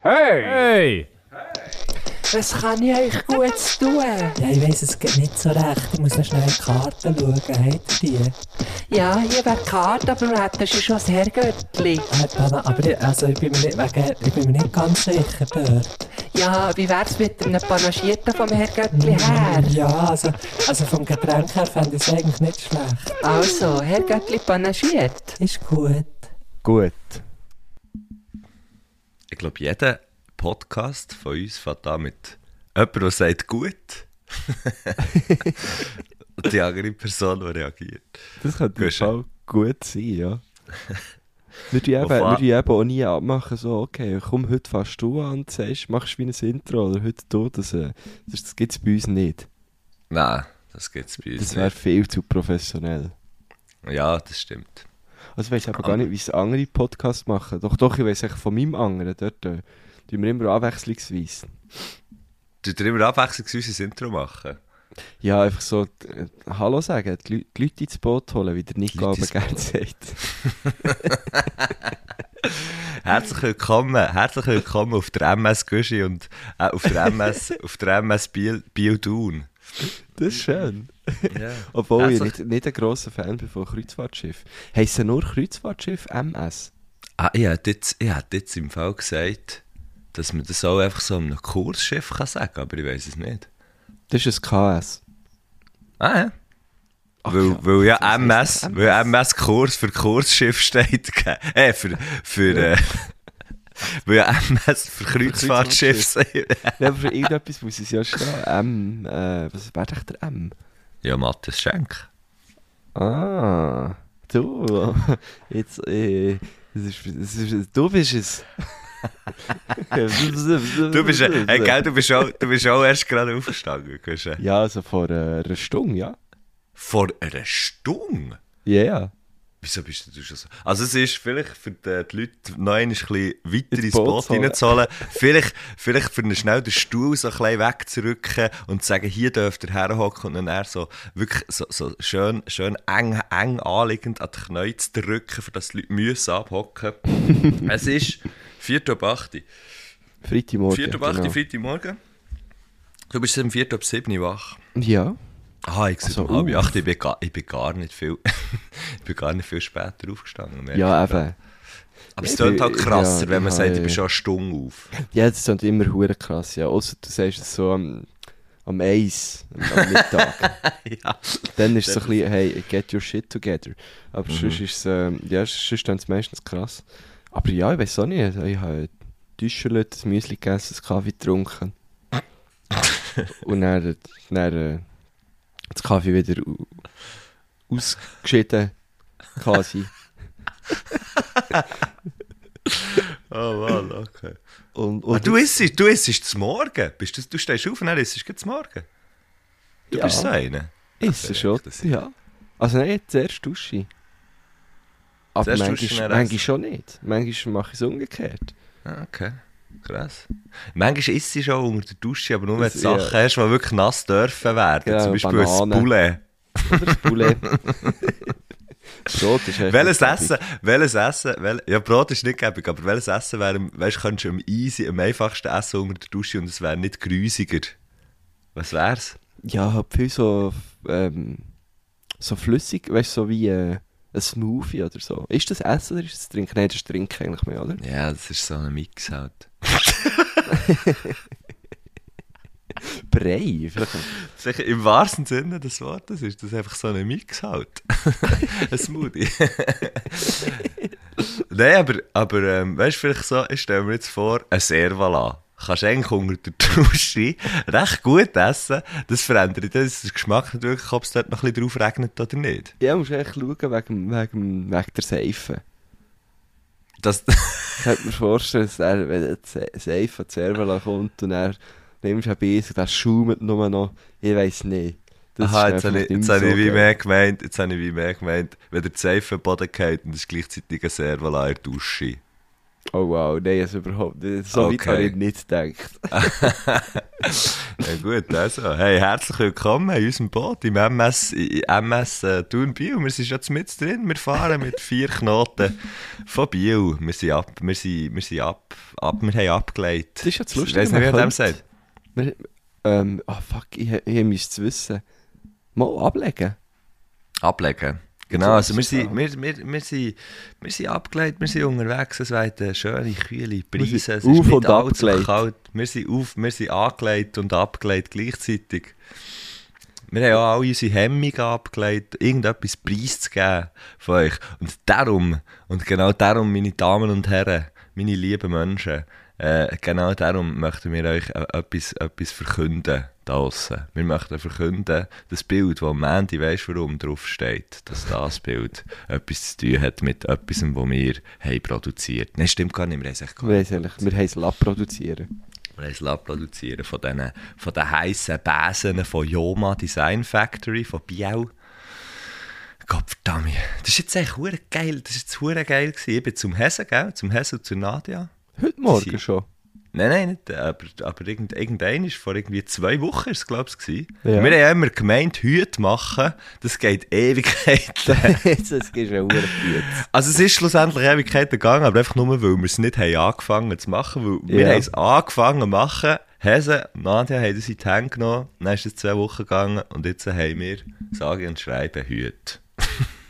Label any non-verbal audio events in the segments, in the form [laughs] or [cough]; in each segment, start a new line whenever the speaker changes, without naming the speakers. Hey!
Hey!
Was kann ich euch gut tun?
Ja, ich weiss, es geht nicht so recht. Ich muss noch schnell in die Karten schauen. Habt ihr die?
Ja, hier wäre die Karte, aber wir hätten schon das Herrgöttli.
Äh, Dana, aber ich, also, ich, bin mir nicht, wegen, ich bin mir nicht ganz sicher dort.
Ja, wie wär's mit einem Panagierten vom Herrgöttli her?
Ja, also, also vom Getränk her fände ich es eigentlich nicht schlecht.
Also, Herrgöttli panagiert.
Ist gut.
Gut.
Ich glaube, jeder Podcast von uns fängt an mit jemandem, der sagt gut. Und die andere Person, die reagiert.
Das könnte
Gut.
schon gut sein,
[laughs]
ja. Wir tun eben,
Auf
wir
wa-
tun eben auch nie abmachen, so, okay, komm, heute fährst du an und sagst, machst wie ein Intro oder heute du, das, äh, das, das gibt es bei uns nicht.
Nein, das gibt es bei uns
Das wäre
nicht.
viel zu professionell.
Ja, das stimmt.
Also ich weiß aber gar nicht, wie es andere Podcasts machen. Doch, doch, ich weiß eigentlich von meinem anderen. Dort äh, tun wir immer abwechslungsweise.
Du darfst immer abwechslungsweise ein Intro machen.
Ja, einfach so äh, Hallo sagen, die, Leu- die Leute ins Boot holen, wie der Nico
Leute
aber
ins
gerne sagt.
Herzlich willkommen, herzlich willkommen auf der MS Gushi und äh, auf der MS, auf der MS Biel, Biel Thun.
Das ist schön.
Ja.
Obwohl ich
Herzlich-
nicht, nicht ein grosser Fan bin von Kreuzfahrtschiff. Heissen nur Kreuzfahrtschiff MS?
Ah, ich hätte jetzt, ich hätte jetzt im Fall gesagt, dass man das auch einfach so einem Kursschiff kann sagen aber ich weiß es nicht.
Das ist ein KS.
Ah, ja. weil,
ja, das
weil ja
heisst
MS,
MS.
weil MS Kurs für Kursschiff steht, gell? äh, für, für, äh, weil ja MS für Kreuzfahrtschiff steht.
Nein, aber für irgendetwas muss es ja stehen. M, äh, was wäre echt der M?
Ja, Matthias Schenk.
Ah, du. Jetzt, äh, das ist, das ist, du bist es.
[laughs] Du
du [laughs]
bist, äh, äh, gell, du bist auch, du bist auch erst gerade aufgestanden, gell?
Ja, also vor äh, einer Stunde, ja.
Vor einer Stunde?
Ja, yeah.
Wieso bist du schon so? Also es ist vielleicht für die, die Leute noch ein bisschen weiter
Ins
ins
Boot
Boot
holen.
reinzuholen. vielleicht, vielleicht für einen schnell den Stuhl so ein bisschen wegzurücken und zu sagen, hier dürft ihr herhocken und dann eher so wirklich so, so schön, schön eng, eng anliegend an die Knie zu drücken, für das die Leute
[laughs]
müssen abhocken. es ist 4.8 Uhr.
Freitagmorgen.
4.8 Uhr,
genau.
Freitagmorgen. Du bist am 4.7 Uhr wach.
Ja.
Ah, ich sehe
Also,
um halb
uh.
acht. Ich bin, gar, ich, bin gar nicht viel, [laughs] ich bin gar nicht viel später aufgestanden. um ehrlich
Ja,
zu sein.
eben.
Aber es
ich
klingt
bin-
halt krasser,
ja,
wenn man
ich
sagt,
habe-
ich bin schon eine Stunde auf.
Ja, das klingt immer hure krass, ja. Außer du sagst es so am, am Eis, am, am Mittag.
[laughs] ja.
Dann ist es so ein bisschen, hey, get your shit together. Aber
Mhm.
sonst ist es, ähm, ja, sonst dann es meistens krass. Aber ja, ich weiß auch nicht. Ich habe Tischelöt, ein Müsli gegessen, einen Kaffee
[laughs]
getrunken. Und dann, dann äh, das Kaffee wieder au- ausgeschieden, quasi.
Oh Mann, okay.
Und, und
[laughs] Ah, du isst, du isst zum Morgen. Bist du, du stehst auf und dann isst du zum Morgen. Du
Ja.
bist so einer.
Ist es schon?
Das ist-
Ja. Also nein, zuerst dusche Aber
Zuerst
manchmal,
duschen, dann
manchmal
essen.
schon nicht. Manchmal mache ich es umgekehrt.
Ah, okay. Krass. Manchmal isst du schon unter der Dusche, aber nur wenn du
Das- ja.
Sachen hast, die wirklich nass dürfen werden.
Ja,
Zum Beispiel ein
Bananen.
Poulet.
Oder das
[laughs]
Poulet. Brot ist echt
Welches
nicht
Essen, welches Essen, wel, ja Brot ist nicht gäbig, aber welches Essen wäre, am- weisst, könntest du am easy, am einfachsten essen unter der Dusche und es wäre nicht grüsiger? Was wär's?
gäbig. Ja, ich habe viel so, ähm, so flüssig, weißt du, so wie äh, ein Smoothie oder so. Ist das Essen oder ist das Trinken? Nein, das ist Trinken eigentlich mehr, oder?
Ja, das ist so ein Mix halt.
Brei, vielleicht.
Sicher, im wahrsten Sinne des Wortes ist das einfach so ein Mix halt. [laughs]
[laughs]
ein Smoothie. Nein, aber, aber ähm, weißt du, vielleicht so, ich stelle mir jetzt vor, ein Servala. Kannst eigentlich unter der Dusche recht gut essen. Das verändert das den Geschmack natürlich, ob es dort noch ein bisschen drauf regnet oder nicht.
Ja, musst echt schauen wegen, wegen, wegen der Seife.
Das,
Ich könnte mir vorstellen, dass er, wenn er zu- safe an die Servola kommt und er nimmst einen Biss und er schaumt nur noch, ich weiss nicht.
aha,
ist
jetzt
einfach
habe ich,
nicht
jetzt
mehr
habe ich
so
wie
geil.
mehr gemeint, jetzt habe ich wie mehr gemeint, wenn der Safe am Boden geht und es ist gleichzeitig ein Servola in der Dusche.
Oh wow, nein, also überhaupt nicht. So weit
Okay.
habe ich nicht gedacht.
Ja gut, also, hey, herzlich willkommen in unserem Boot, im MS, i- MS äh, Thun Biel. Wir sind schon mit drin, wir fahren mit vier Knoten von Biel. Wir sind ab, wir sind, wir sind ab, ab wir haben abgelegt.
Das ist jetzt lustig,
Ich weiss
man
nicht, wer dem
könnte-
sagt.
Wir, ähm, ah fuck, ich, ich müsste es wissen. Mal ablegen.
Ablegen. Genau, also wir sind, wir, wir, wir, sind, wir sind abgelegt, wir sind unterwegs, es weht eine schöne, kühle Brise,
Wir
es
sind
ist
auf
nicht
und
allzu
abgelegt.
kalt. Wir sind auf, wir sind angelegt und abgelegt gleichzeitig. Wir haben auch alle unsere Hemmungen abgelegt, irgendetwas preiszugeben von euch. Und darum, und genau darum, meine Damen und Herren, meine lieben Menschen, äh, genau darum möchten wir euch äh, etwas, etwas verkünden da draussen. Wir möchten verkünden, das Bild, wo am Ende, weisst warum, draufsteht, dass das Bild etwas zu tun hat mit etwas, was wir haben produziert haben. Nein, stimmt gar nicht, wir haben es echt
Wir, haben es eigentlich- wir haben es Lab produzieren.
wir haben es produzieren von diesen von den heissen Besen von Yoma Design Factory, von Biau. Gottverdammt, das ist jetzt echt hure geil, das ist jetzt hure geil gewesen. Ich bin zum Hessen, gell? Zum Hessen und zu Nadia.
Heute Morgen
Sie-
schon.
Nein, nein, nicht, aber, aber irgend, irgendein ist vor irgendwie zwei Wochen, ist, glaube ich, gewesen.
Ja.
Wir haben ja immer gemeint, Hüte machen, das geht [laughs] Ewigkeiten.
das ist ja urgut.
Also es ist schlussendlich Ewigkeiten gegangen, aber einfach nur, weil wir es nicht haben angefangen zu machen. Weil wir
Ja.
haben es angefangen zu machen, Hesen und Nadja haben das in die Hände genommen, dann ist es zwei Wochen gegangen und jetzt haben wir «Sage und Schreiben Hüt».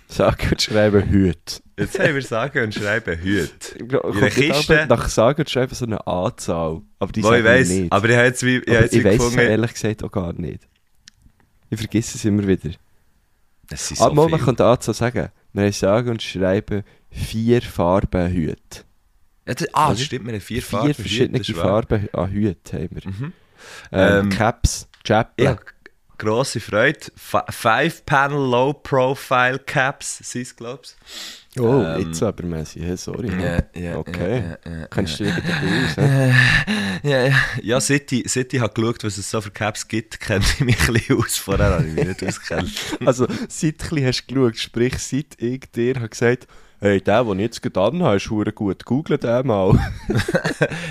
Sagen und schreiben heute.
Jetzt haben wir «Sage und Schreiben Hüt».
Ich
In
glaub,
einer
kommt nicht aber
Kiste,
nach Sagen und schreiben so eine Anzahl. Aber die
wo
sagen
ich weiss,
nicht.
aber ich habe jetzt wie, ich
Aber
habe jetzt wie
ich weiss es
gefunden,
ehrlich gesagt auch gar nicht. Ich vergesse es immer wieder.
das sind so
Aber Ah, man
viele.
kann die Anzahl sagen. Wir haben Sagen und schreiben vier Farben Hüte.
Ja, das, ah, das stimmt, wir haben vier, Farben
vier
Hüte,
verschiedene
das ist wahr. Mhm.
Farben an Hüten haben wir. Ähm,
Ähm,
Caps, Chappel.
Ich habe grosse Freude. F- Five-Panel Low-Profile-Caps sind es, glaube ich.
Oh, jetzt aber Messi, hey, sorry.
Ähm, Ja, ja,
okay.
ja, ja, ja,
Kannst du irgendwie dabei aus,
[laughs]
ne?
Ja, ja. ja seit, ich, seit ich hab geschaut was es so für Caps gibt, kenne ich mich ein bisschen aus. Vorher habe ich mich nicht ausgekannt.
Also, seit du hast du geschaut, sprich, seit ich dir habe gesagt hey, der, den ich jetzt getan habe, ist hure gut, google den mal.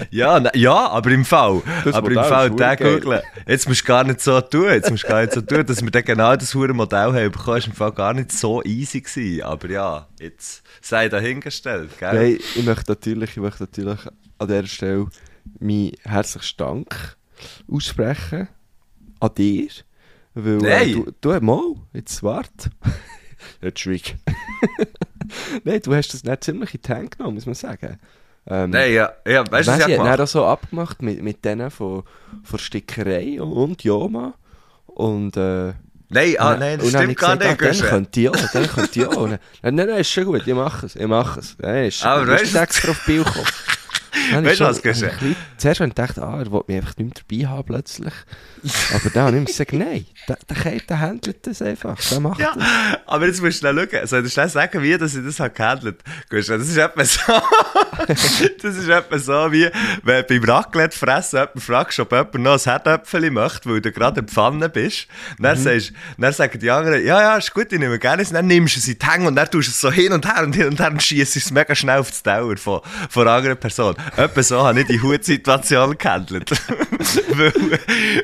Ja, na, ja, aber im Fall.
Das
aber im
Modell
Fall,
ist
den
verdammt
googeln. Jetzt musst du gar nicht so tun. Jetzt musst du gar nicht so tun, dass wir dann genau das hure Modell haben bekommen. Ist im Fall gar nicht so easy gewesen. Aber ja, jetzt sei dahingestellt, gell?
Nein, ich möchte natürlich, ich möchte natürlich an dieser Stelle meinen herzlichen Dank aussprechen an dir. Weil
Nein.
äh, du, du mal, jetzt [laughs] wart. jetzt [laughs] schwieg. Nein, du hast das nicht ziemlich in die Hand genommen, muss man sagen. Ähm,
Nein, ja, ja, weißt du, was ich
Messi hat
hab gemacht
dann auch so abgemacht mit, mit denen von, von Stickerei und Joma. Und, äh,
Nein, ah, nein, das
und dann hab
stimmt
ich
gar
gesagt,
nicht.
ah,
Guschen.
Dann könnte ich auch, dann könnte ich auch. [laughs] Und dann- Nein, nein, nein, ist schon gut, ich mache es, ich mache es. Nein, ist schon
Aber
gut, du hast
weißt-
jetzt extra auf Biel [laughs] gekommen. Dann
Weißt
ist
du,
schon-
was geschehen?
hab ich ein bisschen- Zuerst habe ich gedacht, ah, er will mich einfach nicht mehr dabei haben plötzlich. [laughs] nou, Aber dann habe ich ihm gesagt, nein, der, der Kerl, der handelt das einfach, der macht
Ja,
das.
aber jetzt musst du schnell schauen. Soll ich dir schnell sagen, wie dass ich das habe gehandelt habe? Das ist etwa so. [laughs] das ist etwa so, wie wenn beim Raclette fressen jemand fragst, ob jemand noch ein Herdöpfchen möchte, weil du gerade in der Pfanne bist. Und dann, sagst, dann sagen die anderen, ja, ja, ist gut, ich nehme gerne es. Dann nimmst du es in die Hänge und dann tust du es so hin und her und hin und her und schießt es mega schnell auf die Dauer von, von einer anderen Person. Etwa so habe ich die Hutsituation gehandelt. [laughs] weil,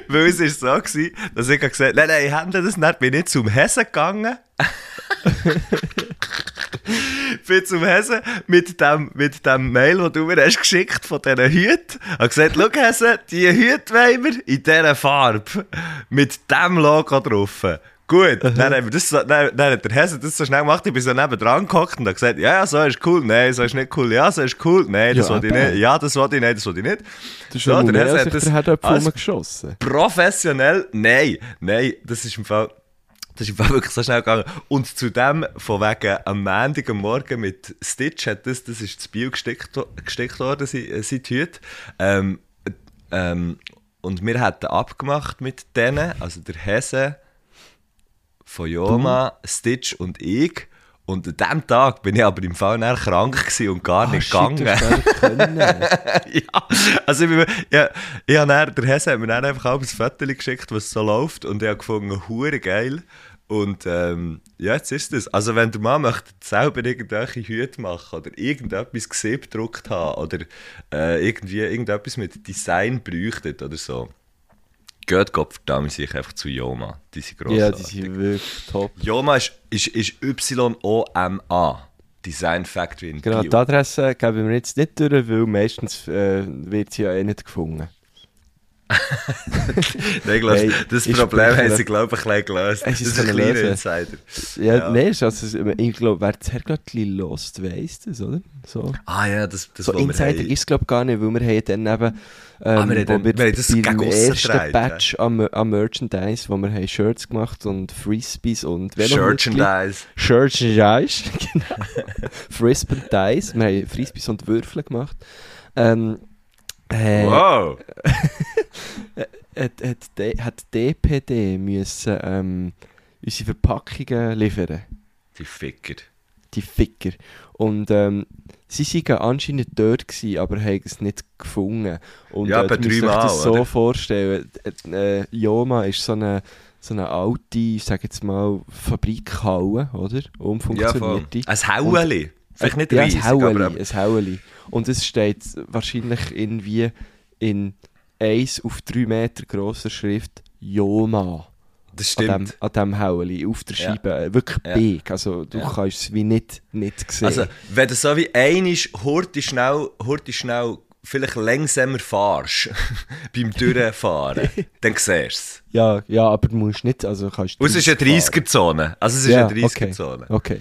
weil es ist so gewesen, dass ich gesagt habe, nein, nein, ich handle das nicht, bin nicht zum Hessen gegangen. bin zum Hessen mit dem, mit dem Mail, den du mir hast geschickt von diesen Hüten. Ich gesagt, schau Hessen, die Hüte wollen wir in dieser Farbe. Mit dem Logo drauf. Gut, dann, haben wir das so, dann, dann hat der Hessen das so schnell gemacht, ich bin so neben dran gehockt und habe gesagt, ja, ja, so ist cool, nein, so ist nicht cool, ja, so ist cool, nein, das
Ja,
will ich
eben.
nicht, ja, das will ich nicht, das will ich nicht.
Das ist
So,
schon
der
mehr,
Hesse
als
hat
ich
das
den Herdöpfel
als-
rumgeschossen. [laughs]
Professionell? Nein, nein, das ist im Fall. Das ist im Fall [laughs] wirklich so schnell gegangen. Und zudem, von wegen am Montag am Morgen mit Stitch, hat das, das ist das Bio gestickt, wo- gestickt worden, sie- äh, seit heute. Ähm, äh, ähm, und wir hatten abgemacht mit denen, also der Hesse, von Joma, Stitch und ich. Und an diesem Tag bin ich aber im Fall nachher krank gewesen und gar nicht
Shit,
gegangen.
das hätte ich können.
[laughs] Ja, also ich, bin, ja, ich hab dann, der Hesse hat mir dann einfach auch ein Foto geschickt, was so läuft und ich habe gefunden, hure geil. Und ähm, ja, jetzt ist es. Also wenn der Mann möchte selber irgendwelche Hüte machen oder irgendetwas gesehen gedruckt haben oder äh, irgendwie irgendetwas mit Design bräuchtet oder so, Geht Gott verdammt sich einfach zu Joma. Die sind
Ja,
grossartig.
die sind wirklich top.
Joma ist, ist, ist Y-O-M-A. Design Factory in
Genau,
Biel.
die Adresse geben wir jetzt nicht durch, weil meistens äh, wird sie ja eh nicht gefunden.
Nein, ich glaub,
Hey,
das
ich
Problem
spreche-
haben sie, glaube ich, ein bisschen gelöst.
Es
Das
ist
ist ein
können
kleiner
lösen.
Insider.
Ja,
Ja.
nein, ist also, ich glaube, wer das Herrgöttli lost, weiss das, oder? So,
Ah ja, das, das
so
was wir
Insider
haben.
ist es, glaube ich, gar nicht, weil wir haben dann eben, ähm,
Ah, wir haben dann-
wo
wir haben das
beim
gegen aussen
ersten
getragen.
Batch am, am Merchandise, wo wir haben Shirts gemacht und Frisbees und
Merchandise.
Shirts and Dice, [laughs] genau. Frisbee und Dice, wir haben Frisbees und Würfel gemacht. Ähm, äh,
Wow!
hat, hat, D- hat DPD müssen ähm, unsere Verpackungen liefern,
Die Ficker.
die Ficker. Und ähm, sie waren anscheinend dort, gewesen, aber haben es nicht gefunden. Und
Ja,
äh,
etwa
du musst dir
dreimal,
das so
oder?
vorstellen. Äh, äh, Joma ist so eine, so eine alte, ich sage jetzt mal, Fabrikhalle, oder?
Ja, voll.
Umfunktionierte. Äh,
Ein Haueli. Vielleicht nicht
ja,
riesig,
ein Haueli,
aber... ähm,
ein Haueli. Und es steht wahrscheinlich irgendwie in 1 auf 3 Meter grosser Schrift Joma
Das
an dem,
stimmt.
an dem Haueli, auf der
Ja.
Scheibe. Äh, Wirklich
Ja.
big, also du
Ja.
kannst es wie nicht, nicht sehen.
Also, wenn du so wie einisch hurti schnell, hurti schnell, vielleicht langsamer fahrst, [laughs]
[laughs]
beim Dürrenfahren, dann siehst du es.
ja, ja, aber du musst nicht, also kannst
Und es ist eine 30er-Zone. Also es ist
ja,
eine 30er-Zone.
Okay, okay.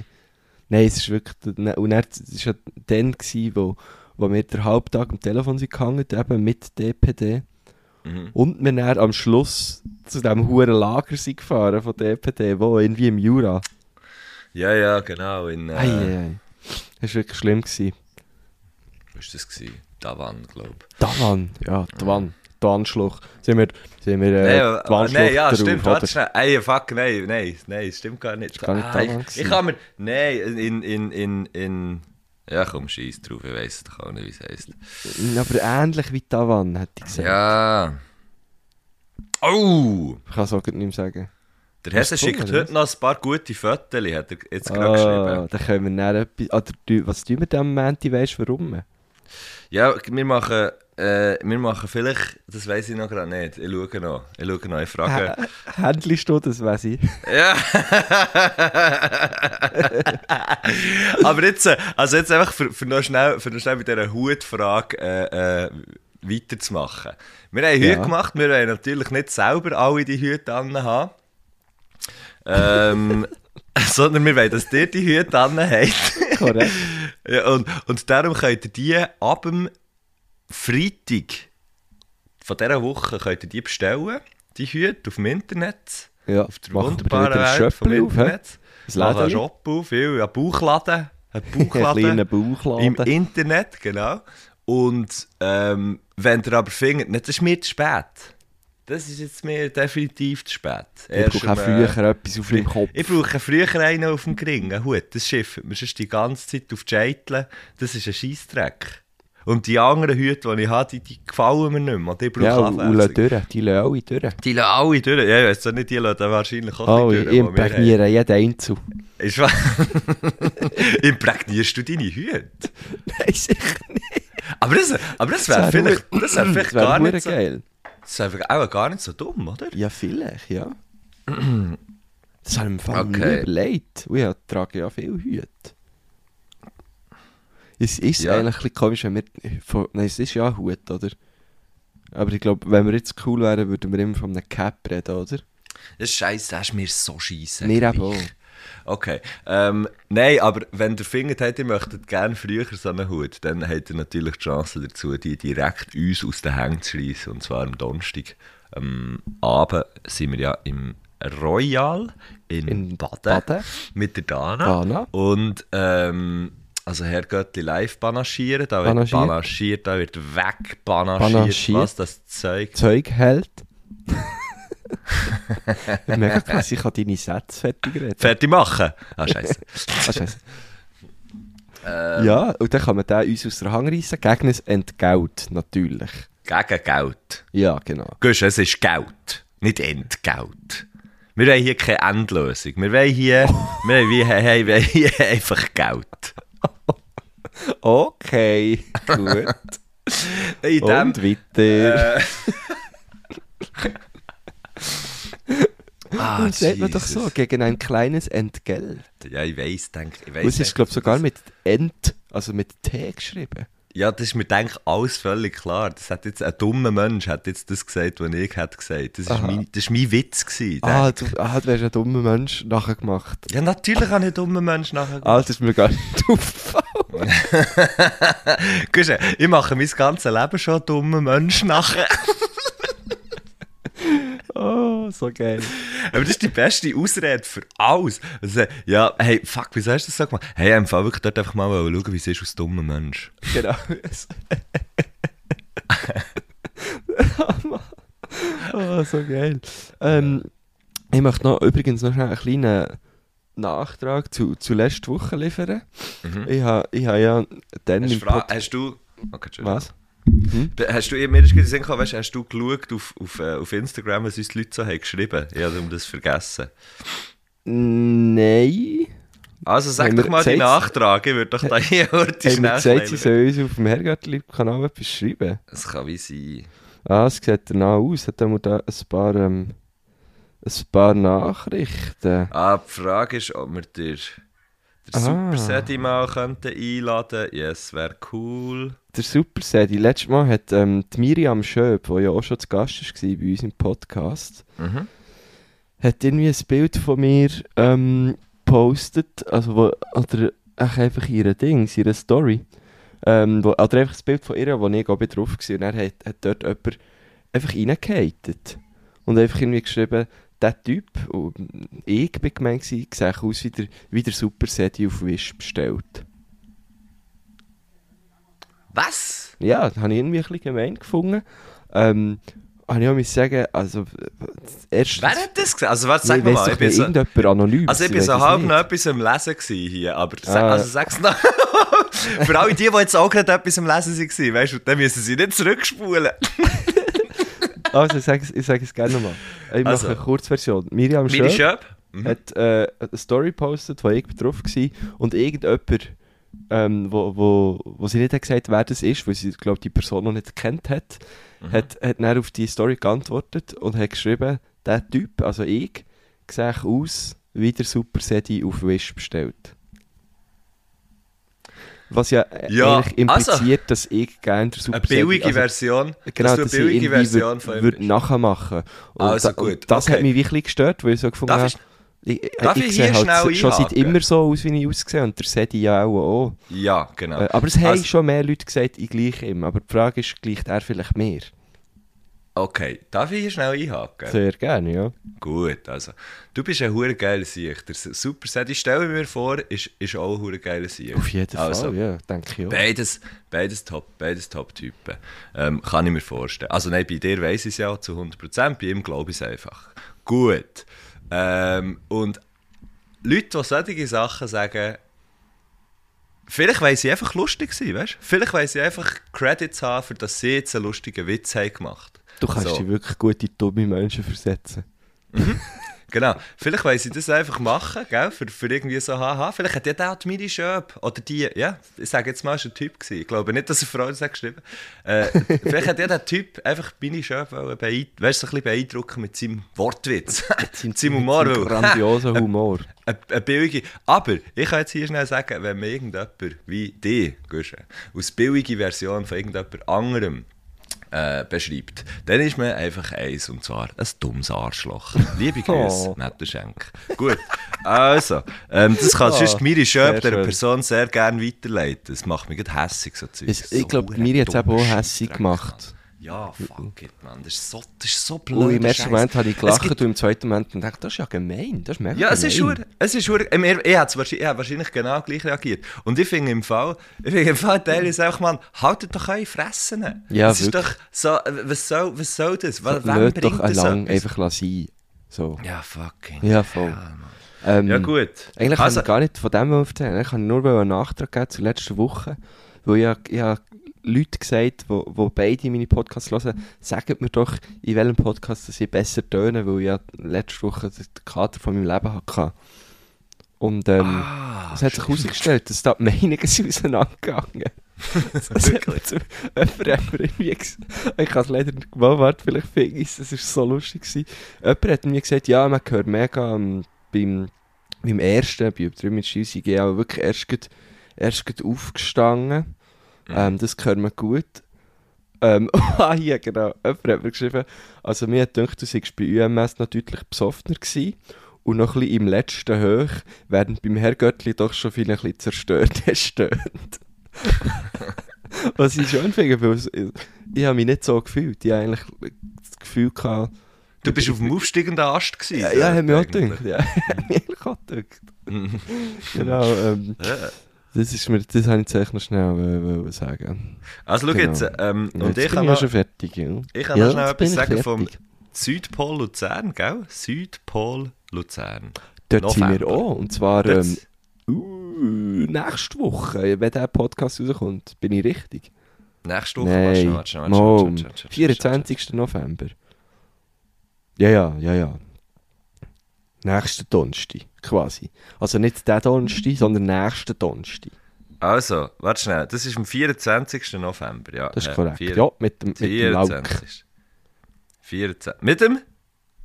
Nein, es ist wirklich, ne- und dann, es ist ja dann gewesen, wo, wo wir den Halbtag am Telefon sind gehangen, eben mit DPD.
Mhm.
Und wir dann am Schluss zu diesem hohen Lager sind gefahren von DPD, wo irgendwie im Jura.
Ja, ja, genau. In, äh,
Ei, ei, ei. Das war wirklich schlimm. Gewesen.
wo ist das gewesen? Davan, glaube ich.
Davan, ja, Davan. Davanschlucht. Sind wir, sind wir,
Nein,
äh,
aber-
Davanschlucht
nein, ja,
drauf,
stimmt,
oder?
warte schnell. Ey, fuck, nein, nein, nein, stimmt gar nicht.
Ist gar nicht
ah,
da
ich,
gewesen.
ich kann mir, nein, in, in, in, in, ja, komm, scheiß drauf, ich weiss doch auch nicht, wie es heisst.
Aber ähnlich wie Davan, hätte ich gesagt.
Ja. Oh!
Ich kann es auch grad nicht mehr sagen.
Der Hesse
Hast du
schickt
gefunden,
heute noch ein paar gute Fotos, hat er jetzt gerade
Ah, dann
geschrieben.
können wir dann etwas... Oder, du- was tun wir dem Menti, weißt du warum?
Ja, wir machen, äh, wir machen vielleicht, das weiß ich noch gerade nicht, ich schaue noch, ich schaue noch, ich frage.
Hä- Händlest du das, weiss
[laughs]
ich?
Ja. Aber jetzt, äh, also jetzt einfach für, für, noch schnell, für noch schnell mit dieser Hutfrage äh, äh, weiterzumachen. Wir haben Hüte
Ja.
gemacht, wir wollen natürlich nicht selber alle die Hüte anhaben. Ähm, [laughs] sondern wir wollen, dass ihr die Hüte anhabt.
Korrekt.
Ja, und, und darum könnt ihr die ab dem Freitag von dieser Woche könnt ihr die bestellen, die Hüte auf dem Internet.
Ja,
Auf der
machen wir wieder
wunderbaren
einen
Welt vom
Schöppel auf, hä?
Internet.
Das
Mach einen
Lädeli.
Shop auf, ja,
[laughs]
einen Bauchladen. Einen
Einen kleinen
Bauchladen. Im
Bauchladen.
Internet, genau. Und ähm, wenn ihr aber findet, ne, das ist mir zu spät. Das ist jetzt mir definitiv zu spät.
Ich
Erst
brauche
am,
auch
äh,
früher etwas auf meinem Kopf.
Ich brauche früher einen auf dem Kring, einen Hut. Das Schiff mir sonst die ganze Zeit auf die Scheitel. Das ist ein Scheissdreck. Und die anderen Hüte, die ich habe, die, die gefallen mir nicht mehr. Und ich brauche
Ja, und und lassen
Anweisungen.
durch. Die lassen alle durch.
Die lassen alle durch. Ja, ich weiss auch nicht, die lassen wahrscheinlich auch
Oh,
ein
ich
bisschen durch, die wir haben.
imprägniere jeden Einzel.
Ist wahr. [laughs] Imprägnierst du deine Hüte?
Nein, sicher nicht.
Aber das, aber das wäre vielleicht, das wär vielleicht
Das wäre
gar, nicht
verdammt
so,
geil.
das wär auch gar nicht so dumm, oder?
Ja, vielleicht,
[clears throat]
ja. Das habe ich mir Fall
Okay.
nie überlegt. Und ich trage ja viel Hüte. Es ist
Ja.
eigentlich ein bisschen komisch, wenn wir... Von, nein, es ist ja ein Hut, oder? Aber ich glaube, wenn wir jetzt cool wären, würden wir immer von einem Cap reden, oder?
Das ist scheiße, das ist mir so scheiße.
Mir eben auch.
Okay. Ähm, nein, aber wenn ihr findet, habt, ihr möchtet gerne früher so einen Hut, dann habt ihr natürlich die Chance dazu, die direkt uns aus den Hängen zu reissen. Und zwar am Donnerstag. Am Abend sind wir ja im Royal in,
In
Baden,
Baden. Ah,
mit der Dana.
Dana.
Und ähm, also Herr Göttli live banaschieren, da wird
Banaschiert.
banaschiert, da wird wegbanaschiert,
Banaschiert.
was das Zeug
Zeug hält.
[laughs]
Mega krass, ich kann deine Sätze fertig reden.
fertig machen.
[laughs]
Ah, scheiße.
Ah, scheisse. Ja, und dann kann man den uns aus der Hand reissen, gegen ein Entgelt, natürlich.
Gegen Geld.
Ja, genau.
Gusch, es ist Geld, nicht Entgelt. Wir haben hier keine Endlösung. Wir wollen
[laughs]
hier, wir haben wie- hey, wir haben hier einfach Geld.
Okay, [laughs] gut.
In dem,
Äh, Und weiter.
Ah,
Und sagt man doch
Jesus.
so, gegen ein kleines Entgelt.
Ja, ich weiss, denk, ich weiss.
Und es ist,
echt,
glaube ich,
dass-
sogar mit Ent, also mit T geschrieben.
Ja, das ist mir denk alles völlig klar. Das hat jetzt, ein dummer Mensch hat jetzt das gesagt, was ich hätte gesagt. Das ist
Aha.
mein, das ist mein Witz gewesen. denk.
Ah, du, ah, du wärst ein dummer Mensch nachher gemacht.
Ja, natürlich habe ich einen dummen Mensch nachher
Ah, das ist mir gar nicht [laughs] aufgefallen.
Guckst du, ich mache mein ganzes Leben schon einen dummen Mensch nachher. [laughs]
Oh, so geil.
Aber das ist die beste Ausrede für alles. Also, ja, hey, fuck, wieso hast du das so gemacht? Hey, ich wollte im Fall wirklich dort einfach mal schauen, wie es ist als dummer Mensch.
Genau. [laughs] oh, so geil. Ähm, ich möchte noch, übrigens noch schnell einen kleinen Nachtrag zu, zu letzter Woche liefern. Ich habe ich ha ja dann
Mhm. Hast,
im
Fra-
Pod-
hast du... Okay, tschüss.
Was?
Be- Hast du, mir ist gerade in den Sinn gekommen, weißt, du, hast du geschaut auf, auf, äh, auf Instagram, was uns die Leute so haben geschrieben? Ich habe um das vergessen.
Nein.
Also sag
Haben
doch
wir
mal deinen
gesagt-
Nachtrag, ich würde doch
[laughs]
da hier heute
Haben wir
schnell
gesagt, sie
schnell...
sollen uns auf dem Herrgöttli-Kanal etwas schreiben?
Das kann wie sein.
Ah, es sieht danach aus. Hat er da ein paar, ähm, ein paar Nachrichten?
Ah, die Frage ist, ob wir dir der
Ah.
Super Sedi mal könnten einladen könnten. Yes, wäre cool.
Der Super Sedi, letztes Mal hat ähm, die Miriam Schöp, die ja auch schon zu Gast war bei uns im Podcast,
Mhm.
hat irgendwie ein Bild von mir ähm, gepostet, also wo, oder ach, einfach ihre Dings, ihre Story. Ähm, wo, oder einfach das Bild von ihr, wo ich oben drauf war. Und er hat, hat dort jemand einfach reingehatet. Und einfach irgendwie geschrieben, der Typ, und ich bin gemeint, gewesen, sah aus wie der, wie der Super Sedi auf Wish bestellt.
Was?
Ja, das habe ich irgendwie ein bisschen gemein gefunden. Ähm, habe ich auch müssen sagen, also, erst.
Wer hat das gesagt? Also warte, sag mir mal, ich bin so...
irgendjemand anonym.
Also ich bin
weiss
so
es
halb
nicht.
noch etwas am Lesen gewesen hier, aber sa
Ah.
also sag's noch. [laughs] Für alle die, die jetzt auch gerade etwas am Lesen waren, weißt du, dann müssen sie nicht zurückspulen.
Also, ich sage es, ich sage es gerne nochmal. Ich mache
Also.
eine Kurzversion. Miriam
Mini
Schöp
Schöp? Mhm.
hat äh, eine Story gepostet, wo ich betroffen war und irgendjemand, ähm, wo, wo, wo sie nicht hat gesagt wer das ist, weil sie, glaube die Person noch nicht gekannt hat,
Mhm.
hat, hat dann auf die Story geantwortet und hat geschrieben, der Typ, also ich, sah aus wie der Super Sedi auf Wish bestellt. Was ja, äh,
Ja,
eigentlich
also-
impliziert, dass ich gerne der
Eine
Super Sedi...
billige
also-
Version.
Genau,
dass
dass
du
ich
eine billige
irgendwie
Version
Version
von
würd,
ihm
würd
bist.
nachher machen. Und
Also
da-
gut,
Und das
okay.
hat mich wirklich gestört, weil ich so gefunden habe,
Darf ich-
ich, ich,
darf ich
sehe
hier
halt
schnell
schon seit
einhaken?
immer so aus, wie ich aussehe und der Sedi ja auch.
Ja, genau.
auch. Äh, Aber es haben
Also-
schon mehr Leute gesagt, ich gleich ihm. Aber die Frage ist, gleicht er vielleicht mehr?
Okay, darf ich hier schnell einhaken?
Sehr gerne, ja.
Gut, also. Du bist ein hure geiler Sieg. Der Super Sedi, stell mir vor, ist, ist auch ein hure geiler Sieg.
Auf jeden
Also,
Fall, ja, denke ich auch.
Beides, beides top, beides top Typen. Ähm, kann ich mir vorstellen. Also nein, bei dir weiß ich es ja zu 100%, bei ihm glaube ich es einfach. Gut. Ähm, und Leute, die solche Sachen sagen, vielleicht weil sie einfach lustig sind, weißt du? Vielleicht weil sie einfach Credits haben, für dass sie jetzt einen lustigen Witz haben gemacht
Du kannst
Also.
dich wirklich gut in dumme Menschen
[laughs]
versetzen.
Genau. Vielleicht wollen sie das einfach machen, gell? Für, für irgendwie so, haha. Vielleicht hat ja der auch die Midi Schöp. Oder die, ja. Ich sage jetzt mal, es war ein Typ. Gewesen. Ich glaube nicht, dass eine Frau das hat geschrieben äh, Vielleicht hat ja der Typ einfach Midi Schöp wollen beein- weißt, so ein bisschen beeindrucken mit seinem Wortwitz. Mit [laughs] seinem, Humor.
Mit seinem
um weil-
grandiosen
[laughs]
Humor.
eine, eine billige. Aber ich kann jetzt hier schnell sagen, wenn mir irgendjemand wie dich, Guschen, als billige Version von irgendjemand anderem äh, beschreibt, dann ist man einfach eins und zwar ein dummes Arschloch. Liebe
[laughs]
Grüße,
Oh.
netter Schenk. Gut, also, ähm, das kann
Oh,
sonst Miri
sehr
Schöp der
schön.
Person sehr gerne weiterleiten. Das macht mich gerade hässig, so Zeug.
Ich,
So
ich glaube,
verdammt
mir hat es eben auch
dummer
hässig
Scheissdreck,
gemacht.
Mann. Ja, fuck it, man. Das ist so, das ist so blöd.
Und im ersten Moment habe ich gelacht und
gibt-
im zweiten Moment dachte ich, das ist ja gemein. Das ist mega
ja, es ist
gemein.
schwer. Es ist schwer. Ich, meine, ich, hätte es wahrscheinlich, ich hätte wahrscheinlich genau gleich reagiert. Und ich finde im Fall, ich finde im Fall teilweise einfach, man, haltet doch eure Fressen.
Ja,
das ist
wirklich.
doch so, äh, was soll, was soll das? Was, wem
Lass
bringt
doch
das
lang
etwas?
einfach lassen sein. So.
Ja, fucking.
Ja, voll. Ähm,
Ja, gut.
Eigentlich kann
Also-
ich gar nicht von dem erzählen. Ich kann nur einen Nachtrag geben zur letzten Woche, wo ich, ich habe Leute gesagt, wo, wo beide meine Podcasts hören, sagt mir doch, in welchem Podcast dass ich besser töne, weil ich ja letzte Woche den Kater von meinem Leben hatte. Und ähm,
Ah,
es hat sich herausgestellt, dass da die Meinungen [laughs] sind auseinandergegangen Das [laughs] hat mir
[laughs] wirklich.
zu- Jemand hat mir irgendwie gesagt, [laughs] ich kann es leider nicht gemacht, warte, vielleicht finde ich es, es war so lustig. Gewesen. Jemand hat mir gesagt, ja, man hört mega ähm, beim, beim ersten, bei «Übertrieben mit Scheiss», ich gehe auch wirklich erst, grad- erst grad aufgestanden. Ähm, das hört man gut. Ähm, [laughs] ah, hier, genau. Jemand hat mir geschrieben, also mir hat gedacht, du seist bei UMS noch deutlich besoffener gewesen. Und noch ein bisschen im letzten Hoch, während beim Herrgöttli doch schon viel ein bisschen zerstört hast stöhnt. Was ich schön finde, weil es- ich habe mich nicht so gefühlt. Ich habe eigentlich das Gefühl gehabt,
Du bist auf dem aufsteigenden Ast gewesen.
ja, ja,
dort
hat mich auch
eigentlich.
gedacht. Ja, [laughs] hat mich eigentlich auch gedacht. genau, ähm,
Ja.
das ist mir, das habe ich jetzt echt noch schnell äh, sagen.
Also schau
Genau.
jetzt, ähm,
Ja,
und
jetzt
ich
bin
kann
ja
noch,
schon fertig. Ja.
ich kann
ja,
noch schnell
jetzt bin
etwas
ich fertig.
sagen vom Südpol Luzern, gell? Südpol Luzern.
Dort sind wir
November.
auch. Und zwar
Dort-
ähm, uh, nächste Woche, wenn der Podcast rauskommt, bin ich richtig.
Nächste Woche warte
Nein,
schnell, warte schnell, warte schnell, warte
Mom,
schnell, warte schnell, warte schnell, warte
24. November. Ja, ja, ja, ja. Nächsten Donnerstag, quasi. Also nicht der Donnerstag, sondern nächsten Donnerstag.
schnell. Also, warte schnell, das ist am 24. November, ja.
Das ist
äh,
korrekt.
vier-
Ja, mit dem, mit dem Lauk.
24. 14. Mit dem?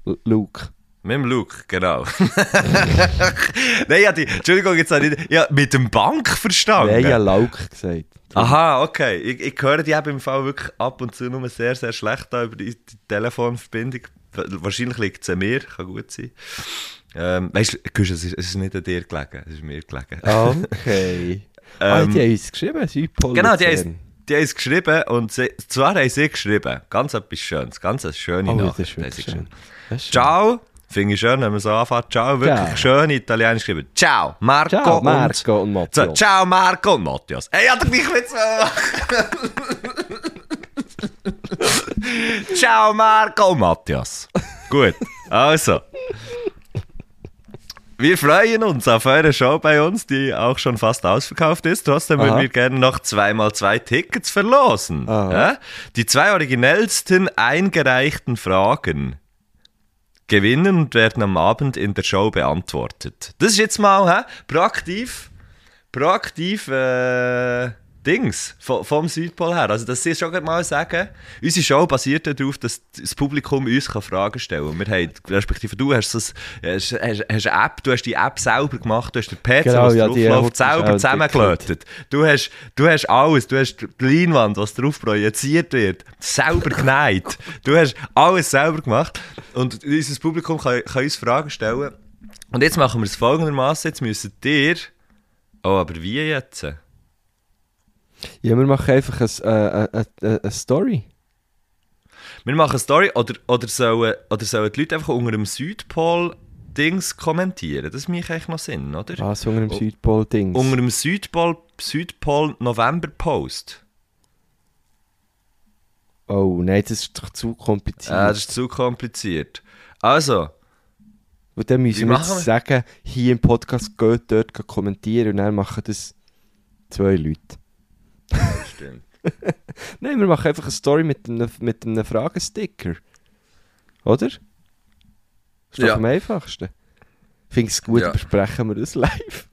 L- Luke.
Mit dem Luke, genau. [laughs] Nein, ja, die, Entschuldigung, jetzt habe ich, ja, mit dem Bank verstanden.
Nein, ich habe Lauk gesagt.
Aha, okay. Ich, ich höre die eben im Fall wirklich ab und zu nur sehr, sehr schlecht an über die, die Telefonverbindung. Wahrscheinlich liegt es an mir, kann gut sein. Ähm, weißt du, Gusch, es ist, es ist nicht an dir gelegen, es ist mir gelegen.
Oh. [laughs] Okay. ah, die haben uns geschrieben, Südpol.
Ähm, Genau, die
Luzern.
haben die haben es geschrieben und sie, zwar haben sie geschrieben, ganz etwas Schönes, ganz eine schöne
Oh,
Nachricht.
das ist
haben sie
wirklich schön.
geschrieben.
Das ist schön.
Ciao, finde ich schön, wenn man so anfängt. Ciao, wirklich
Ciao.
schön italienisch geschrieben. Ciao, Marco,
Ciao,
und-
Marco und
So,
Matthias.
ciao, Marco und Matthias. Ey, hat er gleich Witz
[laughs]
machen. ciao, Marco und Matthias. Gut, also. Wir freuen uns auf eure Show bei uns, die auch schon fast ausverkauft ist. Trotzdem würden
Aha.
wir gerne noch zweimal zwei Tickets verlosen.
Aha.
Ja? Die zwei originellsten eingereichten Fragen gewinnen und werden am Abend in der Show beantwortet. Das ist jetzt mal hä? proaktiv, proaktiv äh, Dings vom, vom Südpol her. Also das ist schon gerade mal sagen. Unsere Show basiert darauf, dass das Publikum uns kann Fragen stellen kann. Wir haben, respektive du hast, das, hast, hast, hast eine App, du hast die App selber gemacht, du hast den PC,
Genau,
was
ja, die
draufläuft,
App ist auch
selber zusammengelötet. Du hast, du hast alles, du hast die Leinwand, was drauf projiziert wird, selber genäht. Du hast alles selber gemacht und unser Publikum kann, kann uns Fragen stellen. Und jetzt machen wir es folgendermaßen, jetzt müssen dir... Oh, aber wie jetzt?
Ja, wir machen einfach ein, äh, äh, äh, eine Story.
Wir machen eine Story oder, oder, sollen, oder sollen die Leute einfach unter dem Südpol Dings kommentieren? Das macht eigentlich noch Sinn, oder?
Was unter dem
Oh.
Südpol-Dings?
Unter dem Südpol, Südpol November Post.
Oh nein, das ist doch zu kompliziert.
Äh, das ist zu kompliziert. Also,
und dann
wie
müssen wir
machen wir-
jetzt sagen, hier im Podcast geht dort geht kommentieren und dann machen das zwei Leute.
stimmt.
Nein, wir machen einfach eine Story mit einem, mit einem Fragesticker. Oder? Ist doch
Ja.
am einfachsten. Finde ich es gut,
Ja.
besprechen wir das live.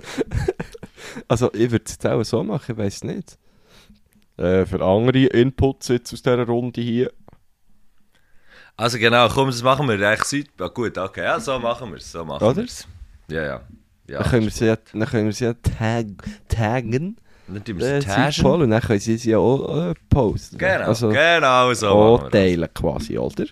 [laughs] also, ich würde es jetzt auch so machen, ich weiß nicht. Äh, für andere Inputs jetzt aus dieser Runde hier.
Also genau, komm, das machen wir. Eigentlich Süd... Ah, gut, okay, ja, so machen wir es. So machen
Oder?
wir es. Ja, ja. ja.
Dann können Mhm. wir sie ja, dann können wir sie ja tag, taggen.
Dann tun wir
Äh,
es tagen.
Südpol und dann können sie sie ja auch äh, posten.
Genau,
also,
genau so
auch
machen wir Mhm.
teilen quasi, oder?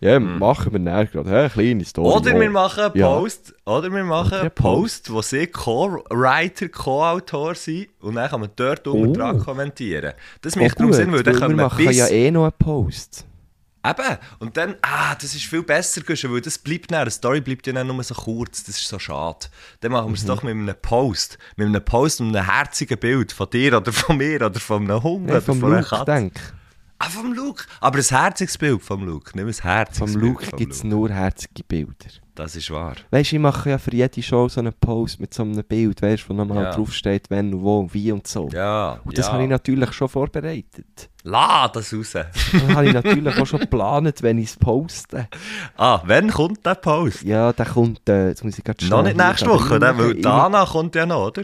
Ja, machen wir nachher gerade. Hä, kleine Story.
Oder wir
Oh.
machen einen
Ja.
Post, oder wir machen
Oder
einen
einen
Post, wo sie Co-Writer, Co-Autor sind und dann kann man dort unten
Oh.
dran kommentieren. Das
Oh,
macht darum
gut,
Sinn, weil dann
weil
können
wir
wir
machen
bis...
ja eh noch einen Post.
Eben, und dann, ah, das ist viel besser, Guschen, weil das bleibt dann, eine Story bleibt ja dann nur so kurz, das ist so schade. Dann machen
Mhm.
wir es doch mit einem Post, mit einem Post und einem herzigen Bild von dir oder von mir oder von einem Hund
Nein,
oder
vom
von einer
Luke,
Katze.
denk.
Ah, vom Luke. Aber ein herziges Bild vom Luke. Nicht ein herziges
Vom
Bild
Luke
vom
gibt es
Luke.
nur herzige Bilder.
Das ist wahr.
Weißt du, ich mache ja für jede Show so einen Post mit so einem Bild, weißt du, wo nochmal
Ja.
draufsteht, wenn und wo und wie und so.
Ja.
Und das
ja.
habe ich natürlich schon vorbereitet.
La das raus.
Das habe ich natürlich auch schon geplant, wenn ich es poste.
ah, wann kommt der Post?
Ja, der kommt, äh, jetzt muss ich gerade
Noch nicht nächste Woche, oder? Weil Dana kommt ja noch, oder?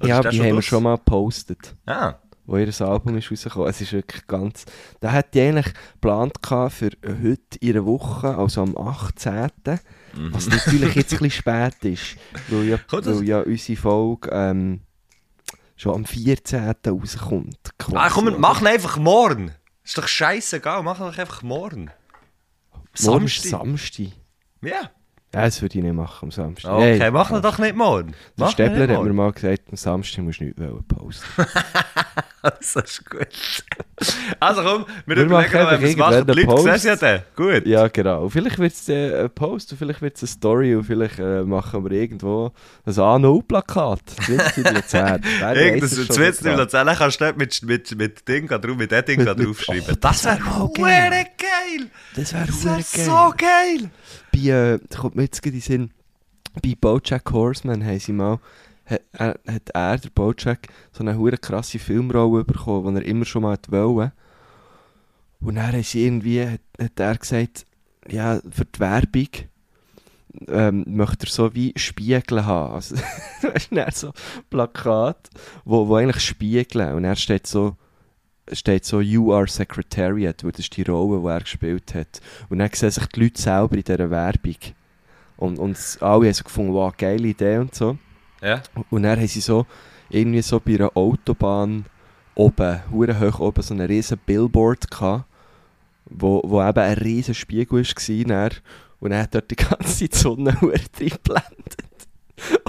Oder
Ja,
ist
aber
der
die haben wir
draus?
schon mal gepostet.
Ah,
wo ihr Album ist rausgekommen. Es ist wirklich ganz... Da hätte ich eigentlich geplant gehabt für heute in einer Woche, also am 18., was natürlich jetzt
[laughs]
ein bisschen spät ist, weil ja,
Kommt Mhm. das-
weil ja unsere Folge ähm, schon am 14. rauskommt. quasi.
ah komm, mach ihn einfach morgen. Ist doch scheißegal, mach ihn doch einfach morgen.
Morgen ist
Samstag.
Samstag.
Ja.
Ja, das würde ich nicht machen am Samstag.
Okay,
Nein,
mach ihn doch nicht morgen.
Der
Mach ihn
Stäbler
nicht
hat mir
morgen.
mal gesagt, am Samstag musst du nichts wollen posten.
[laughs] Das ist gut. Also komm, wir,
Wir machen
überlegen
einfach
noch, wenn wir es machen. Die
irgendwann
Leute
einen
sehen es ja dann. Gut.
Ja, genau. Und vielleicht wird es äh, ein Post, und vielleicht wird es eine Story, und vielleicht äh, machen wir irgendwo ein A0-Plakat. Zwitz in Luzern. Wer weiss
Irgendwas
es
mit
schon
Zwitz
so
in
genau.
Luzern kannst du nicht mit, mit, mit Ding da drauf, mit dem Ding da
mit-
draufschreiben.
oh,
das wäre
auch
geil. geil.
Das wäre
Das
wär
wäre so geil.
Bei, äh, da kommt mir jetzt gerade in den Sinn, bei Bojack Horseman haben sie mal, hat er, hat er der Bojack, so eine hure krasse Filmrolle bekommen, die er immer schon mal hat wollen. Und dann haben sie irgendwie, hat, hat er gesagt, ja, für die Werbung ähm, möchte er so wie Spiegel haben. Also, [laughs] weißt du, dann so Plakat, wo, wo eigentlich spiegeln. Und er steht so, steht so, You are Secretariat, weil das ist die Rolle, die er gespielt hat. Und dann sehen sich die Leute selber in dieser Werbung. Und, und s- alle haben so gefunden, wow, geile Idee und so.
Ja.
Und dann haben sie so, irgendwie so bei einer Autobahn oben, hure hoch oben, so einen riesen Billboard gehabt, wo, wo eben ein riesen Spiegel war. Dann. Und dann hat dort die ganze Zeit die Sonne [laughs] hure reingeblendet. [laughs]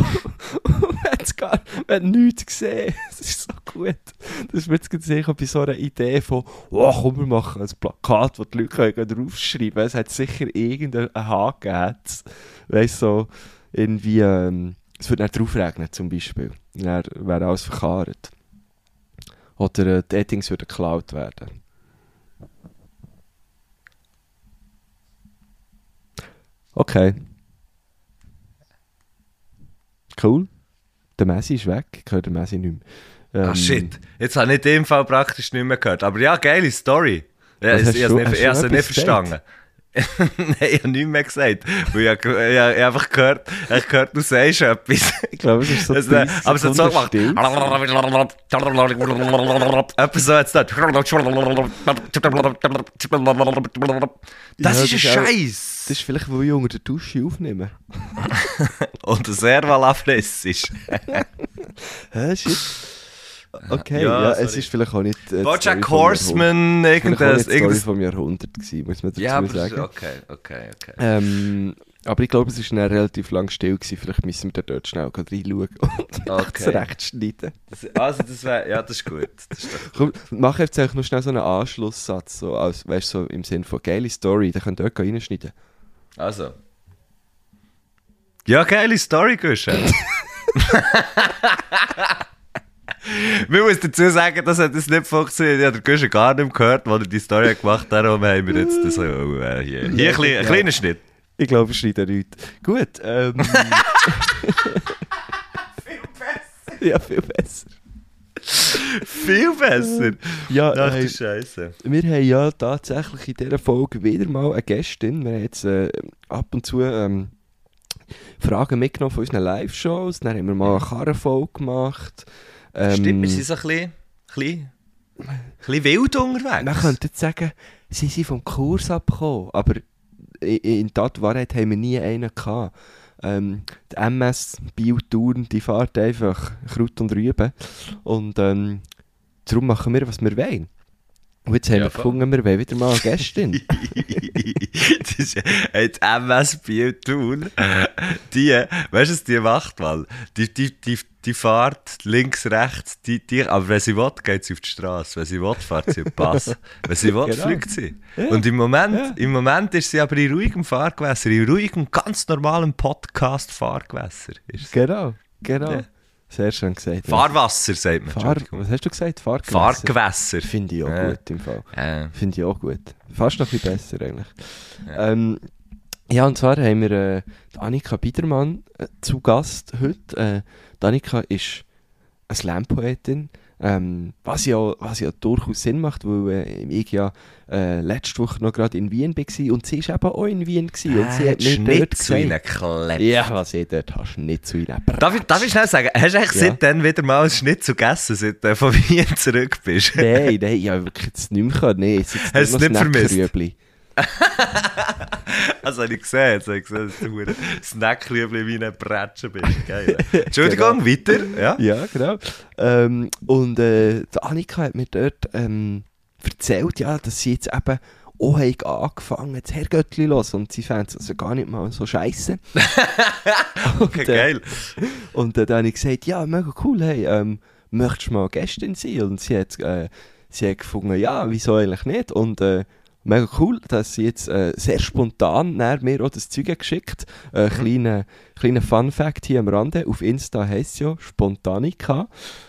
Und man hat gar man hat nichts gesehen. [laughs] Es ist so gut. [laughs] Das ist mir jetzt gerade sicher bei so einer Idee von, oh, komm, wir machen ein Plakat, wo die Leute können draufschreiben können. Es hat sicher irgendeinen Haken. hat's. Weißt du, so irgendwie, ähm, es würde nicht drauf regnen zum Beispiel. Dann wäre alles verkahrt. Oder äh, die Datings würden geklaut werden. Okay. Cool. Der Messi ist weg. Ich höre den Messi nicht mehr.
Ah,
Ähm,
shit. Jetzt habe ich in dem Fall praktisch nicht mehr gehört. Aber ja, geile Story. Ja,
Was
ich
hast
ich
du-
habe es
hast
nicht,
du
ich habe es nicht
etwas
verstanden. [laughs] Nein, ich habe nichts mehr gesagt. Weil ich, habe- ich, habe- ich habe einfach gehört, ich habe gehört, du sagst etwas.
Ich glaube, es ist
[laughs]
so
Also, äh,
30
aber es hat so
Sekunden
gemacht.
still.
Etwas so hat's dort. Das
Ja,
ist ein
das ist auch-
Scheiß.
Das ist vielleicht, weil ich unter der Dusche aufnehme.
Und ein Servalafress ist.
Hä, shit. Okay,
Äh, Ja,
ja, es
sorry.
ist vielleicht auch nicht... Äh, die Story
Bojack
vom Jahrhundert.
Horseman,
Vielleicht auch
irgendwas.
nicht die Story
irgendwas-
vom Jahrhundert gewesen, muss man dazu
Ja, aber
sagen.
okay, okay, okay.
Ähm, aber ich glaube, es war dann relativ lang still. Gewesen. Vielleicht müssen wir da dort schnell gerade reinschauen und [laughs]
Okay.
okay. zurechtschneiden.
Das- Also, das wäre, ja, das ist gut. Das ist doch,
Komm, mach jetzt eigentlich noch schnell so einen Anschlusssatz, so, als, weißt, so im Sinne von geile Story, da könnt ihr dort reinschneiden.
also. Ja, geile Story, [laughs] Guschen. Wir müssen dazu sagen, das hat das nicht funktioniert. Ich habe den Guschen gar nicht mehr gehört, als er die Story gemacht hat. Darum haben wir jetzt das äh, hier. Hier ein, klein, ein kleiner Schnitt.
Ich glaube, wir schneiden nichts. Gut, ähm... viel besser! Ja, viel besser.
Viel besser.
Ja,
Ach
ähm,
du Scheiße.
wir haben ja tatsächlich in dieser Folge wieder mal eine Gästin. Wir haben jetzt äh, ab und zu ähm, Fragen mitgenommen von unseren Live-Shows. Dann haben wir mal eine Karrenfolge gemacht. Ähm,
Stimmt, wir sind so ein bisschen, klein, klein wild unterwegs.
Man könnte jetzt sagen, sie sind vom Kurs abgekommen, aber in, in Tat Wahrheit haben wir nie einen gehabt. Ähm, die MS Biotouren, die fährt einfach Kraut und Rüben und ähm, darum machen wir, was wir wollen. Und jetzt haben
Ja,
wir
voll.
gefunden, wir wollen wieder mal eine
[laughs]
Gästin.
das ist, hey, die MS Biotun, die, weißt du, was die macht, mal? Die, die, die, die fährt links, rechts, die, die, aber wenn sie will, geht sie auf die Straße. Wenn sie will, fährt sie auf den
[laughs]
Pass. Wenn sie will,
Genau.
fliegt sie. Und im Moment, im Moment ist sie aber in ruhigem Fahrgewässer, in ruhigem, ganz normalem Podcast-Fahrgewässer. Ist sie.
genau, genau.
Ja.
Sehr schön gesagt.
Fahrwasser, sagt man.
Fahr
Entschuldigung.
was hast du gesagt? Fahrgewässer?
Fahrgewässer.
Finde ich auch
Ja.
gut im Fall.
Äh,
Finde ich auch gut. Fast noch ein bisschen besser eigentlich. Ähm, ja, und zwar haben wir äh, die Annika Biedermann äh, zu Gast heute. Äh, die Annika ist eine Slam-Poetin, ähm, was, ja, was ja durchaus Sinn macht, weil äh, ich ja äh, letzte Woche noch gerade in Wien war und sie war eben auch in Wien. Gewesen, und sie
äh,
hat mir dort
Schnitt zu ihnen
gesagt...
klebt.
Ja, was ich dort hast du nicht zu ihnen
Darf ich, darf ich schnell sagen, hast du eigentlich
Ja.
seitdem wieder mal einen Schnitt zu gegessen, seit du von [laughs] Wien zurück bist?
Nein, nein, ich habe wirklich jetzt nicht mehr können. Nein, es ist jetzt
Hast
nur
du
noch
nicht vermisst?
Snackrüebli.
[laughs] Also habe ich gesehen, jetzt habe ich gesehen, dass du ein Snackrüebli wie ein Bretschen bist.
[laughs]
Geil.
Genau.
Entschuldigung, weiter. Ja.
Ja, genau. Ähm, und äh, die Annika hat mir dort ähm, erzählt, ja, dass sie jetzt eben auch haben angefangen das Herrgöttli los und sie fanden es also gar nicht mal so scheiße.
Okay, geil.
Und äh, dann habe ich gesagt, ja, mega cool, hey, ähm, möchtest du mal Gästin sein? Und sie hat, äh, sie hat gefunden, ja, wieso eigentlich nicht? Und äh, mega cool, dass sie jetzt äh, sehr spontan nach mir auch das Zeug hat geschickt
Mhm.
äh, Kleiner kleine Fun Fact hier am Rande, auf Insta heisst es ja Spontanica.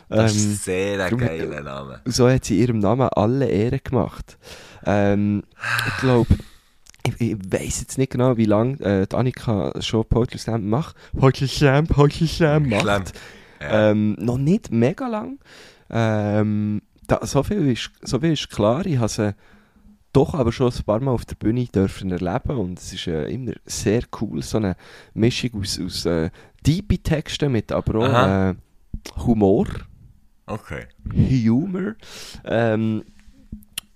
Das ist
Ähm,
ein sehr
drum-
geiler Name.
so hat sie ihrem Namen alle Ehre gemacht. Ähm, ich glaube, ich, ich weiß jetzt nicht genau, wie lange äh, die Annika schon Poetry Slam macht. Poetry Slam, Poetry Slam macht.
Slam.
Ähm, noch nicht mega lang. Ähm, da, so, viel ist, so viel ist klar. Ich habe sie doch aber schon ein paar Mal auf der Bühne dürfen erleben und es ist äh, immer sehr cool, so eine Mischung aus, aus äh, deepen Texten mit aber auch
Aha.
äh, Humor.
Okay.
Humor. Ähm,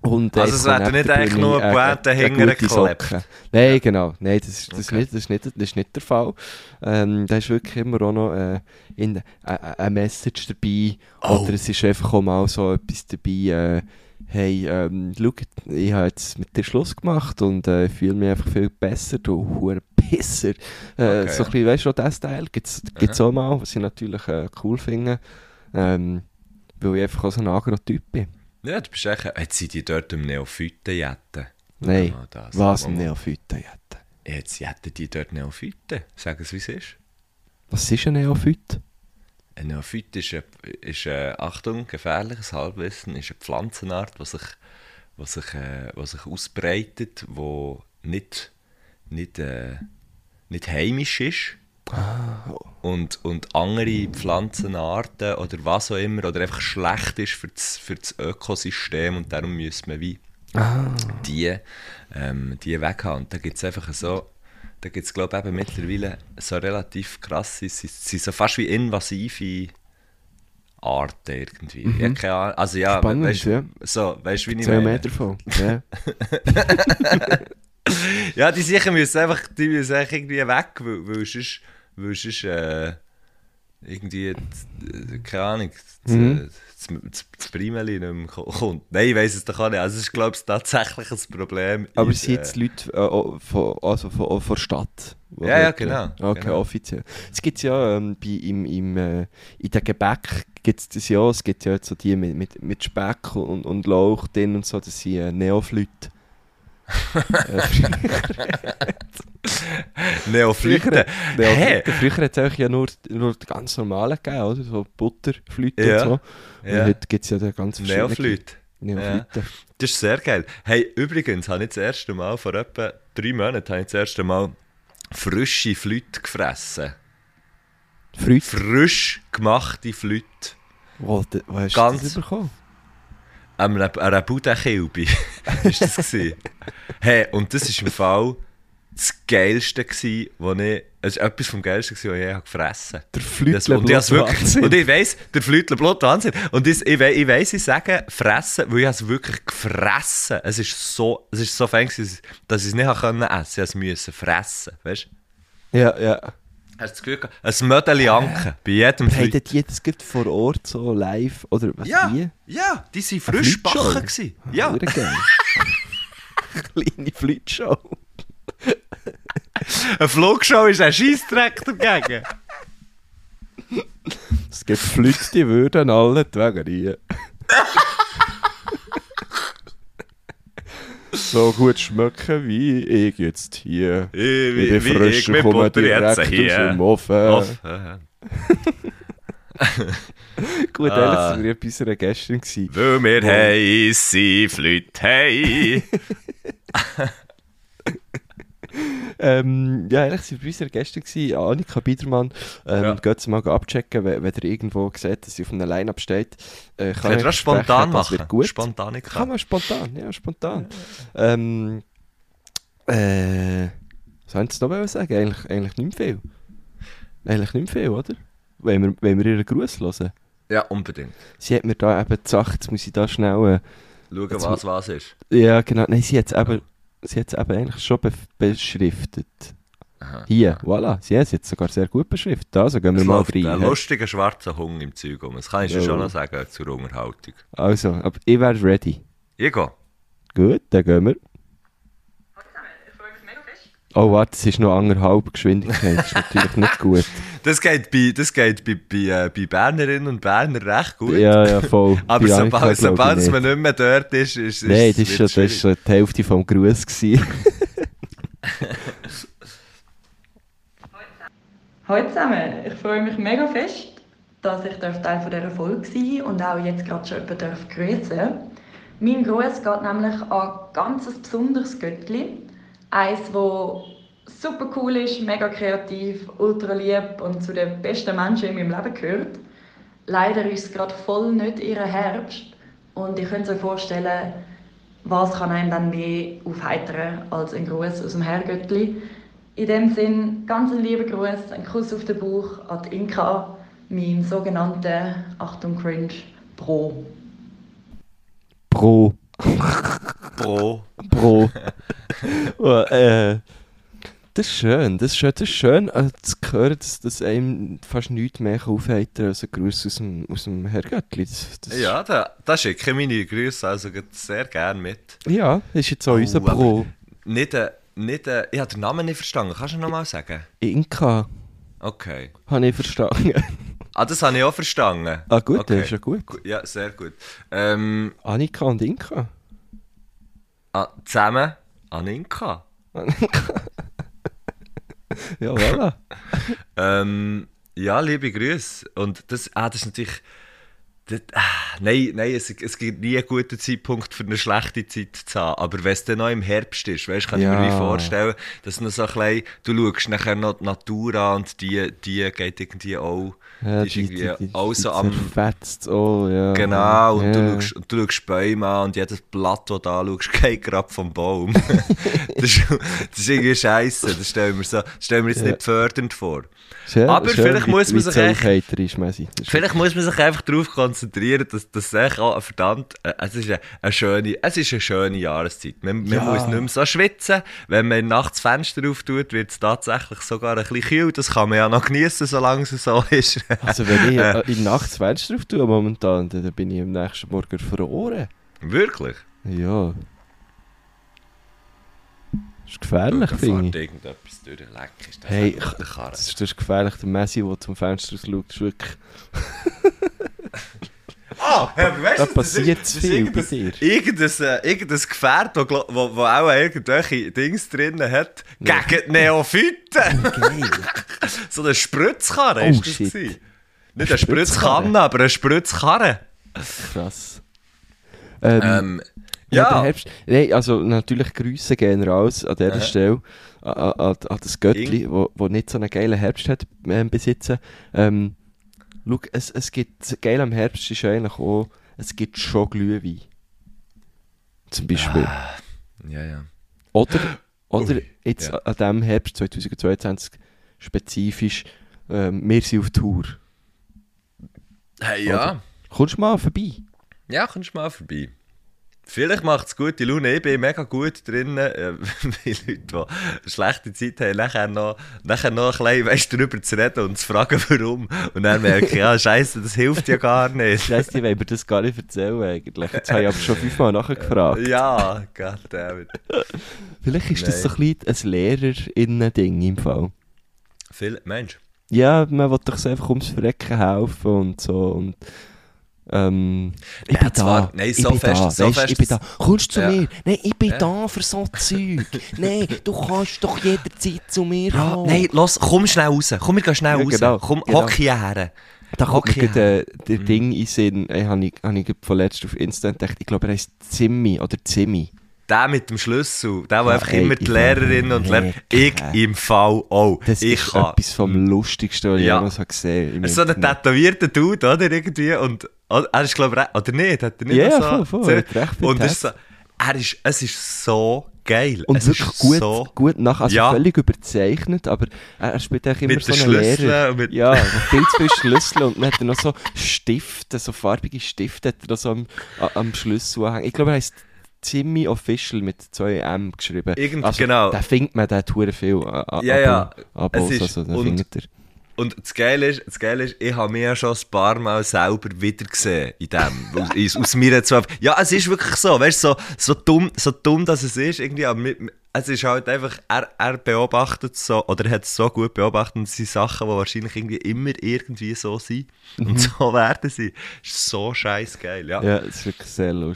und, äh,
Also es
ich kann
werden
neben
nicht
der
eigentlich
Bühne
nur Poeten
eine
hingeklebt.
gute Socke. Nein, genau. Nein, das ist, das, ist
Okay.
nicht, das, ist nicht, das ist nicht der Fall. Ähm, da ist wirklich immer auch noch äh, in, äh, äh, eine Message dabei.
Oh.
Oder es ist einfach auch mal so etwas dabei, äh, hey, ähm, schau, ich habe jetzt mit dir Schluss gemacht und äh, fühle mich einfach viel besser, du hure Pisser. Äh,
Okay.
So ein bisschen, weißt du, auch diesen Teil gibt es auch mal, was ich natürlich äh, cool finde. Ähm, weil ich einfach auch so ein Agro-Typ bin.
Ja, du bist echt... Jetzt sind die dort im Neophyten jetten.
Nein,
Genau das.
was
Oh.
im Neophyten jetzt?
Jetzt jetten die dort Neophyten. Sag es, wie es ist.
Was ist ein Neophyt?
Ein Neophyt ist, eine, ist eine, Achtung, gefährliches Halbwissen, ist eine Pflanzenart, die sich, die sich, äh, die sich ausbreitet, die nicht, nicht, äh, nicht heimisch ist.
Ah.
Und, und andere Pflanzenarten oder was auch immer, oder einfach schlecht ist für das, für das Ökosystem und darum müssen wir wie
Ah.
die, ähm, die weghauen. Und da gibt es einfach so, da gibt es glaube ich eben mittlerweile so relativ krasse, sie sie sind so fast wie invasive Arten irgendwie. Ja, keine Ahnung. Also ja,
Mhm. Spannend,
weißt,
ja.
so, weißt du, wie ich
Zwei
meine?
Meter
[laughs]
voll. Ja.
Ja, die sicher müssen einfach, die müssen einfach irgendwie weg, weil, weil sonst, weil sonst äh, irgendwie, die- äh, keine Ahnung, das,
Mhm.
äh, das, das, das Primeli nicht mehr ko- kommt. Nein, ich weiss es doch auch nicht. Also es ist, glaube ich, tatsächlich ein Problem.
Aber
in,
sind jetzt
äh,
Leute äh, auch von, also von, auch von der Stadt? die
Ja, ja,
dort, äh,
genau,
Okay,
genau.
offiziell. Es gibt ja ähm, bei, im, im, äh, in den Gebäck gibt es das ja, es gibt ja jetzt so die mit, mit, mit Speck und, und Lauch drin und so, das sind äh, Neophyten.
[laughs] Neophyten. Hä?
Neophyten. Früher hat es eigentlich ja nur, nur die ganz normalen gegeben, oder? So Butterflüte
Ja,
und so. Und
ja.
heute gibt es ja da ganz verschiedene.
Neophyt.
Neophyten.
Das ist sehr geil. Hey, übrigens habe ich das erste Mal, vor etwa drei Monaten, habe ich das erste Mal frische Flüte gefressen.
Früchte.
Frisch gemachte Flüte.
Wo, de- wo hast
Ganz-
du das bekommen?
Am Rab- an einer Budenkilbe [laughs] ist das gewesen. hey, und das war im Fall das Geilste, gewesen, was ich... Es war etwas vom Geilsten, gewesen, was ich je habe gefressen habe.
Der
Das, und ich
[laughs]
hab's wirklich,
Wahnsinn.
und ich weiss, der Flütler Blut Wahnsinn. Und ich, ich, wei- ich weiss, ich sage fressen, weil ich es wirklich gefressen Es ist so, es ist so fein, gewesen, dass ich es nicht habe können essen konnte. Ich musste es fressen, weißt du?
Ja, ja.
Hast du das Gefühl gehabt? Ein Mödeli anken, bei jedem
Haben
Flüt.
dort jedes gibt vor Ort so live oder was
Ja,
wie?
ja, die waren frisch
Flütshow?
gebacken. gewesen. Ja.
Verdammt
[laughs]
geil. Kleine Flütshow.
Eine Flugshow ist ein Scheissdreck dagegen.
Es gibt Flüte, die würden alle die Wege
[laughs]
rein. so gut schmecken wie ich jetzt hier.
[laughs] Ich, wie, äh,
Ich bin frisch und komme direkt aus dem Ofen.
Offen.
Gut,
Ah.
ehrlich, das war ja bei unserer gestern. Gewesen.
Weil wir heisse
[laughs]
Flüte haben.
Ähm, ja, ehrlich, sie war bei unserer gestern. Gewesen. Annika Biedermann. Ähm,
Ja.
Geht sie mal abchecken, wenn, wenn ihr irgendwo seht, dass sie auf einer Line-Up steht. Äh, kann
Könnt ihr
ich
das spontan
versprechen, das
machen?
wird Gut.
Spontanik.
Kann man spontan, ja, spontan. Ähm, äh, was haben sie noch sagen? Eigentlich, eigentlich nicht mehr viel. Eigentlich nicht mehr viel, oder? Wenn wir, wenn wir ihren Gruß hören.
Ja, unbedingt.
Sie hat mir da eben gesagt, jetzt muss ich da schnell. äh,
Schauen,
Jetzt
was was ist.
Äh, ja, genau. Nein, sie hat es eben, sie hat's eben eigentlich schon bef- beschriftet.
Aha.
Hier, voilà. Sie hat es jetzt sogar sehr gut beschriftet. Also gehen wir
Es
mal
läuft äh,
rein.
ein
hä?
lustiger schwarzer Hung im Zeug um. Das kann ich dir
Ja.
schon noch sagen zur Unterhaltung.
Also, aber ich wäre ready.
Ich gehe.
Gut, dann gehen wir. Oh, warte, es ist noch anderthalb Geschwindigkeit. Das ist natürlich nicht gut.
Das geht bei, das geht bei, bei, äh, bei Bernerinnen und Berner recht [laughs] gut.
Ja, ja, voll.
Aber
Bei Annika
sobald,
glaub ich
sobald
nicht.
man nicht mehr dort ist, ist es.
Nein, das ist, schon, das ist schon die Hälfte vom Gruß. gewesen.
Hallo zusammen, ich freue mich mega fest, dass ich darf Teil von dieser Folge sein darf und auch jetzt gerade schon jemanden darf grüßen darf. Mein Gruß geht nämlich an ein ganz besonderes Göttli. Eins, das super cool ist, mega kreativ, ultra lieb und zu den besten Menschen in meinem Leben gehört. Leider ist es gerade voll nicht ihr Herbst und ich könnte mir vorstellen, was kann einem dann mehr aufheitern als ein Gruß aus dem Herrgöttli. In dem Sinn, ganz einen lieben Gruß, einen Kuss auf den Bauch an die Inka, meinem sogenannten, Achtung Cringe, Pro.
Pro.
Pro.
Pro. [laughs] Und, äh, das ist schön, das ist schön, das ist schön äh, zu hören, dass, dass einem fast nichts mehr kann aufheitern als ein Gruß aus dem, aus dem Herrgöttli. Das, das
Ja, da, da schicke ich meine Grüße also gerade sehr gerne mit.
ja, ist jetzt auch unser
Oh, aber-
Pro.
Nicht, äh, nicht, äh, ich habe den Namen nicht verstanden. Kannst du ihn nochmal sagen?
Inka,
Okay.
habe ich verstanden. [laughs]
Ah, das habe ich auch verstanden.
ah gut,
okay.
das ist ja gut.
Gu- Ja, sehr gut. Ähm,
Annika und Inka. [laughs]
ah, zusammen an Inka.
Ja, voilà.
Ähm, ja, liebe Grüße. Und das, ah, das ist natürlich. Das, ah, nein, nein es, es gibt nie einen guten Zeitpunkt für eine schlechte Zeit zu haben. Aber wenn es dann noch im Herbst ist, weißt, kann ich
Ja.
mir wie vorstellen, dass noch so ein bisschen, du schaust nachher noch die Natur an und die, die geht irgendwie auch.
Ja,
die ist irgendwie auch so am.
zerfetzt, oh ja.
Genau, und
Ja.
du schaust, und du schaust Bäume an und jedes Blatt, das du anschaust, [laughs] geht gerade
[laughs]
vom Baum. das, ist, das ist irgendwie scheiße. Das stellen wir, so, das stellen wir jetzt
Ja.
nicht fördernd vor.
Schön,
Aber
schön,
vielleicht
wie-
muss man
wie
sich
die
echt-
Zellkeiter ist, Messi. Das ist-
Vielleicht muss man sich einfach darauf konzentrieren, dass das echt auch verdammt, äh, es ist eine, eine schöne, es ist eine schöne Jahreszeit. Man, man muss nicht mehr so schwitzen. Wenn man nachts das Fenster auftut, wird es tatsächlich sogar ein bisschen kühl. Das kann man ja noch genießen, solange es so [laughs] ist.
Also wenn ich äh, in der Nacht das Fenster drauf tue momentan, dann dann bin ich am nächsten Morgen verloren.
Wirklich?
Ja. Das ist gefährlich,
Da fährt
finde ich.
irgendetwas durch. Leck, ist das
Hey,
einfach auf der Karre.
Das ist, das ist gefährlich, der Messi, der zum Fenster schaut, ist wirklich...
Ah, ja, aber weißt
Da
du,
passiert
das
zu
ist-
viel bei
das ist
dir.
Irgendein, irgendein, äh, irgendein Gefährt, das wo, wo, wo auch irgendwelche Dings drin hat, gegen
[laughs]
die Neophyten. so eine Spritzkarre
Oh,
ist das
shit.
gewesen. Nicht
Eine Spritzkarre?
eine Spritzkanne, aber eine Spritzkarre.
Krass. Ähm,
Ähm,
ja. der
ja,
Herbst. Nein, also natürlich Grüße gehen raus an dieser Stelle an, an, an das Göttli, wo, wo nicht so einen geilen Herbst hat ähm, besitzen. Ähm, schau, es, es gibt, geil am Herbst ist eigentlich auch, es gibt schon Glühwein. Zum Beispiel.
ja, ja.
Oder, oder
Ah. Ui,
jetzt
ja.
an diesem Herbst 2022 spezifisch, ähm, wir sind auf Tour.
Hey, ja.
Kommst du mal vorbei?
Ja, kommst mal vorbei. Vielleicht macht es gute Laune. Ich bin mega gut drin, äh, [laughs] bei Leuten, die schlechte Zeit haben, nachher noch, nachher noch ein bisschen weißt, darüber zu reden und zu fragen, warum. Und dann merke ich, ja, Scheiße, das hilft [laughs] ja gar nicht.
Scheiße, die wollen mir das gar nicht erzählen eigentlich. Jetzt habe ich aber schon
[laughs]
fünfmal nachgefragt.
ja, goddammit.
Vielleicht ist das so
Nein.
ein bisschen ein Lehrerinnen-Ding im Fall.
Viel, Mensch,
Ja, man will doch so einfach ums Verrecken helfen und so. Und, ähm, ich bin da.
zwar- nein,
ich
so
bin
fest-
da.
so
weisst, ich bin
fest-
da. Kommst du zu
Ja.
mir? Nein, ich bin
Ja.
da für so [laughs] Zeug. nein, du kannst doch jederzeit zu mir
Ja,
kommen.
nein, los, komm schnell raus. Komm, wir gehen schnell
Oh. Ja,
raus.
genau,
komm,
genau.
hock hierher.
Da kommt
Okay. Mhm.
mir grad, äh, der Ding in den Sinn, äh, habe ich, hab ich grad vorletzt auf Insta entdeckt, ich glaube, er heisst Zimmi oder Zimmi.
Der mit dem Schlüssel, der, der einfach
ey,
immer die
ich
Lehrerinnen und Lehrer. Ich
verrecke.
im Fall auch.
Das
ich
ist
kann-
etwas vom Lustigsten, was ich
Ja.
jemals habe gesehen habe.
So ein tätowierter Dude, oder? Irgendwie. Und, oder, er ist, glaube ich, oder nicht? Hat er nicht
Ja,
noch
voll,
so,
voll. Er hat recht mit
Und es ist so,
Tats.
er ist, es ist so geil.
Und
es
wirklich
ist
gut,
So,
gut nach, also
Ja.
völlig überzeichnet, aber er, er spielt eigentlich immer
Mit
so
den
einen
Schlüsseln
Lehrer.
und mit-
ja, mit viel zu viel Schlüssel und dann hat er noch so Stifte, so farbige Stifte hat er noch so am, a- am Schlüssel hängen. Ich glaube, er heisst Zimmy Official mit 2 M geschrieben. Also,
Irgend- genau.
Da findet man, der hat verdammt viel. a- a-
Ja,
ab-
ja.
ab-
Es
also,
ist-
also, den
und-
findet er.
Und das Geile ist, das Geile ist ich habe mich ja schon ein paar Mal selber wieder gesehen in dem. [laughs] aus, aus, aus meiner Zwölf. Ja, es ist wirklich so. Weißt du, so, so, dumm, so dumm, dass es ist, irgendwie, aber mit, es ist halt einfach, er, er beobachtet so, oder hat es so gut beobachtet, und es sind Sachen, die wahrscheinlich irgendwie immer irgendwie so sind. Und so [laughs] werden sie. Ist so scheiß geil, ja.
Mhm. Ja, das ist wirklich sehr lustig.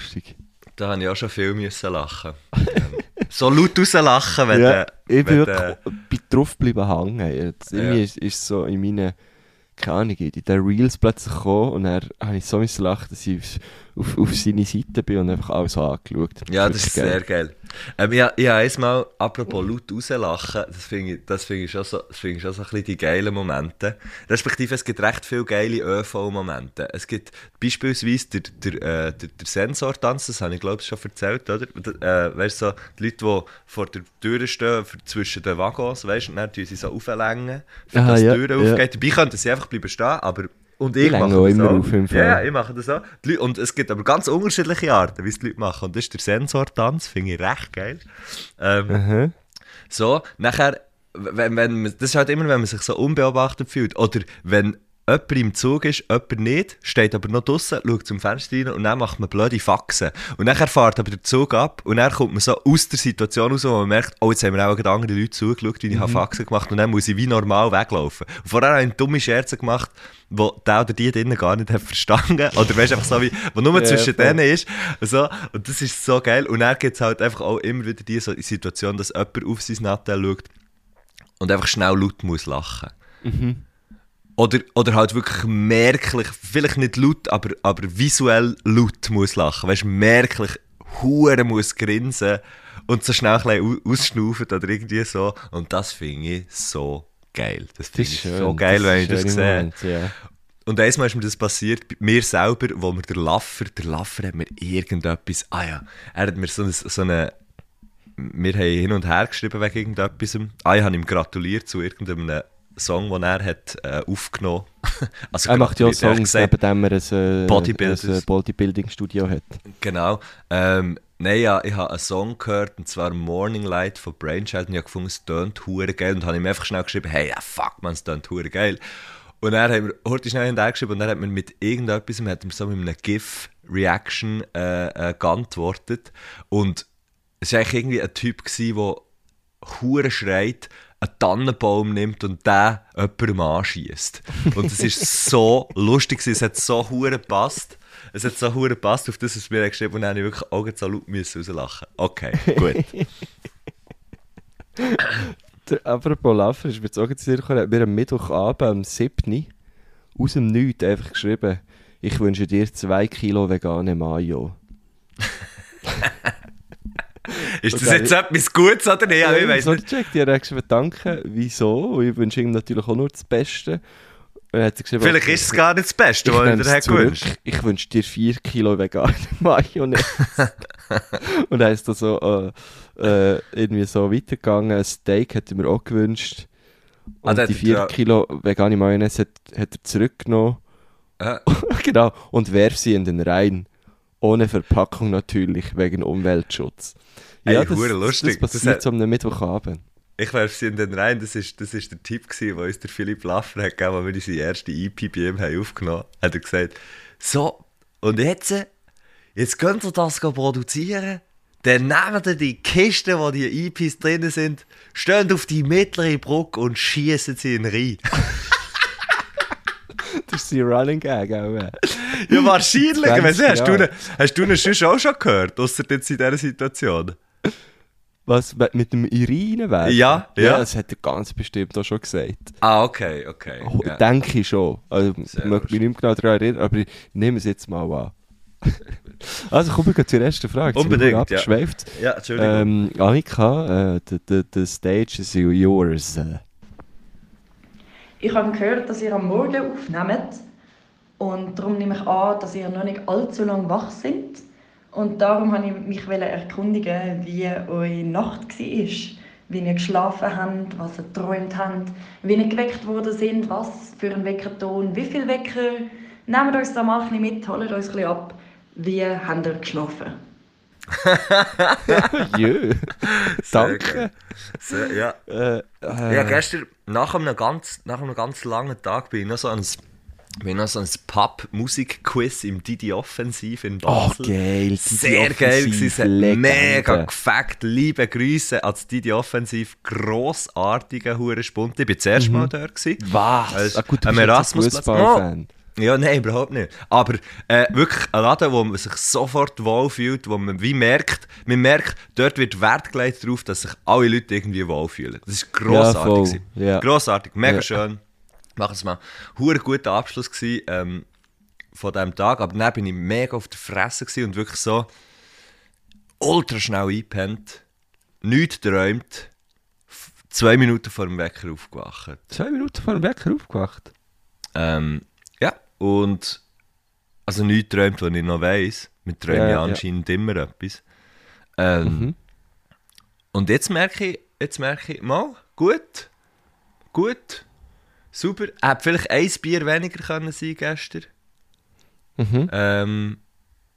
Da habe ich auch schon viel müssen lachen. Ähm, so laut rauslachen, wenn
Ja,
der-
ich bin
wenn
wirklich
der-
bei drauf bleiben hängen. Jetzt. Irgendwie
Ja.
ist, ist so in meinen, keine Ahnung, in den Reels plötzlich gekommen und dann habe ich so müssen lachen, dass ich auf, auf, auf seine Seite bin und einfach alles angeschaut.
Ja, das ist
wirklich
sehr geil. Ähm, ich, ha- ich habe einmal, apropos laut rauslachen, das finde ich, das finde ich schon so, das finde ich schon so ein bisschen die geilen Momente. Respektive, es gibt recht viele geile ÖV-Momente. Es gibt beispielsweise der, der, äh, der, der Sensortanz, das habe ich glaube ich schon erzählt, oder? D- Äh, weißt du, so, die Leute, die vor der Tür stehen, f- zwischen den Waggons, weißt du, und dann tun sie so auflängen, für
Ah,
dass
ja,
die Tür
ja.
aufgeht. Dabei könnten sie einfach bleiben stehen, aber... Und ich
Ich länge
mache
auch
das
immer
auch.
auf im Fall.
Ja, ja, ich mache das auch. Die Leute, und es gibt aber ganz unterschiedliche Arten, wie es die Leute machen. Und das ist der Sensortanz, finde ich recht geil. Ähm,
geil.
So, nachher, wenn, wenn, man- das ist halt immer, wenn man sich so unbeobachtet fühlt. Oder wenn jemand im Zug ist, jemand nicht, steht aber noch draußen, schaut zum Fenster rein und dann macht man blöde Faxen. Und nachher fährt aber der Zug ab und dann kommt man so aus der Situation raus, wo man merkt, oh, jetzt haben wir auch gerade andere Leute zugeschaut, wie ich
Mhm.
habe Faxen gemacht und dann muss ich wie normal weglaufen. Und vorher habe ich dumme Scherze gemacht, wo der oder die drinnen gar nicht hat verstanden. Oder weißt du, einfach so wie, wo nur
Ja,
zwischen
voll.
denen ist. So, und das ist so geil. Und dann gibt es halt einfach auch immer wieder die so- die Situation, dass jemand auf sein Nattel schaut und einfach schnell laut muss lachen.
Mhm.
Oder, oder halt wirklich merklich, vielleicht nicht laut, aber, aber visuell laut muss lachen. Weißt du, merklich, hure muss grinsen und so schnell ein bisschen au- ausschnaufen oder irgendwie so. Und das finde ich so geil. Das
Das
finde
ist
ich
schön.
so geil, wenn ich
ist schöne
das sehe.
Momente, ja.
Und einmal ist mir das passiert, bei mir selber, wo mir der Laffer, der Laffer hat mir irgendetwas, ah ja, er hat mir so eine, so eine wir haben hin und her geschrieben wegen irgendetwas. Ah, ich habe ihm gratuliert zu irgendeinem Song, den er hat, äh, aufgenommen [laughs] hat. also
Er macht ja auch
gratuliert, er hat
Songs,
gesagt,
neben dem er ein, äh,
Bodybuilders.
ein, äh, Bodybuilding-Studio hat.
Genau. Ähm, nein, ja, ich habe einen Song gehört, und zwar Morning Light von Brainchild, und ich habe gefunden, es tönt hure geil, und habe ihm einfach schnell geschrieben, hey, ja, fuck, man, es tönt hure geil. Und dann haben wir heute schnell hinterhergeschrieben, und dann hat mir mit irgendetwas, hat mir so mit einer GIF-Reaction äh, äh, geantwortet, und es war eigentlich irgendwie ein Typ, gewesen, der hure schreit, einen Tannenbaum nimmt und den jemandem anschießt. Und es ist
[laughs]
so lustig, gewesen, es hat so hure gepasst. Es hat so hure gepasst auf das, was mir geschrieben und dann habe ich wirklich Augen zu laut müssen rauslachen. Okay, gut.
[laughs] Der, apropos Laufen, ist mir jetzt auch gerade zu dir gekommen, hat mir am Mittwochabend am 7. aus dem Nichts einfach geschrieben, ich wünsche dir 2 Kilo vegane Mayo.
Ist das
Okay.
jetzt etwas Gutes oder nicht? Aber ich weiß
so
nicht.
gecheckt. Ich habe geschrieben, danke, wieso? Und ich wünsche ihm natürlich auch nur das Beste. Und er hat geschrieben,
Vielleicht ist es gar nicht das Beste,
ich,
was er
nehme
dir
es
hat
zurück.
gewünscht.
Ich wünsche dir 4 Kilo vegane [laughs] Mayonnaise.
[laughs]
Und dann ist das so äh, äh, irgendwie so weitergegangen. Ein Steak hätte ich mir auch gewünscht.
Ah,
Und
der hat
die
er
4
ja-
Kilo vegane Mayonnaise hat, hat er zurückgenommen.
Äh,
[laughs] genau. Und werf sie in den Rhein. Ohne Verpackung natürlich, wegen Umweltschutz.
Ey, hure lustig.
Das
Das
passiert
hat-
so am Mittwochabend.
Ich werfe sie in den rein, das ist, das ist der Typ, gewesen, den uns der Philipp Laffer hat gegeben, als wir unsere erste EP bei ihm haben aufgenommen haben. Hat er gesagt, so, und jetzt, äh, jetzt könnt ihr das go produzieren, dann nehmt ihr die Kisten, wo die EPs drin sind, steht auf die mittlere Brücke und schießt sie in den Rhein.
Das [laughs] ist die Running Gag, auch. äh.
[laughs] ja, wahrscheinlich.
20
Weißt du, hast, du
Jahre.
ihn- hast du ihn sonst auch schon gehört, ausser jetzt in dieser Situation?
was mit dem Irine wäre.
Ja, ja.
Das hat er ganz bestimmt auch schon gesagt.
Ah, okay, okay.
Oh,
ja.
Denke ich schon. Also, ich
Sehr
möchte mich nicht mehr genau daran erinnern, aber ich nehme es jetzt mal an. [laughs] also kommen wir gleich zur ersten Frage. Jetzt sind wir
Unbedingt, ja.
abgeschweift.
ja, Entschuldigung.
Ähm, Annika, äh, the, the, the stage is yours. Äh,
[laughs]
Ich habe gehört, dass ihr am Morgen aufnehmt und darum nehme ich an, dass ihr noch nicht allzu lange wach seid. Und darum wollte ich mich erkundigen, wie eure Nacht war, wie ihr geschlafen habt, was ihr geträumt habt, wie ihr geweckt worden sind, was für ein Weckerton, wie viel Wecker. Nehmt euch das mal ein bisschen mit, holt euch ein bisschen ab. Wie habt ihr geschlafen?
Jö,
Sehr
danke.
Sehr, ja.
Äh,
Ja,
äh,
gestern, nach einem ganz, nach einem ganz langen Tag, bin ich noch so ein, bin ich noch so ein Pub-Musik-Quiz im Didi Offensiv in
oh,
Basel.
geil. die
Sehr geil
Offensiv-
gewesen, es hat
Legende.
mega gefackt. Liebe Grüße an das Didi Offensiv, grossartiger Hurenspund. Ich war das
Mhm.
erste Mal dort. Gewesen.
Was?
Also,
ah, gut, du
am
bist
Erasmusplatz-
jetzt ein
Oh!
Fußballfan.
Ja, nein, überhaupt nicht. Aber äh, wirklich ein Laden, wo man sich sofort wohlfühlt, wo man wie merkt, man merkt, dort wird Wert gelegt darauf, dass sich alle Leute irgendwie wohlfühlen. Das ist
Ja, voll.
grossartig. Ja,
Ja.
Grossartig, mega
Ja.
schön. Machen es mal. Hure guter Abschluss gewesen, ähm, von diesem Tag. Aber dann bin ich mega auf der Fresse gewesen und wirklich so ultra schnell eingepennt, nichts träumt, zwei Minuten vor dem Wecker aufgewacht.
Zwei Minuten vor dem Wecker aufgewacht.
Ähm, ja, und also nichts träumt, was ich noch weiss. Wir träumen
Ja,
ja,
ja. Mhm.
anscheinend immer etwas. Ähm, Und jetzt merke ich, jetzt merke ich, mal, gut, gut, super. Hätte vielleicht ein Bier weniger können sein gestern.
Mhm.
Ähm,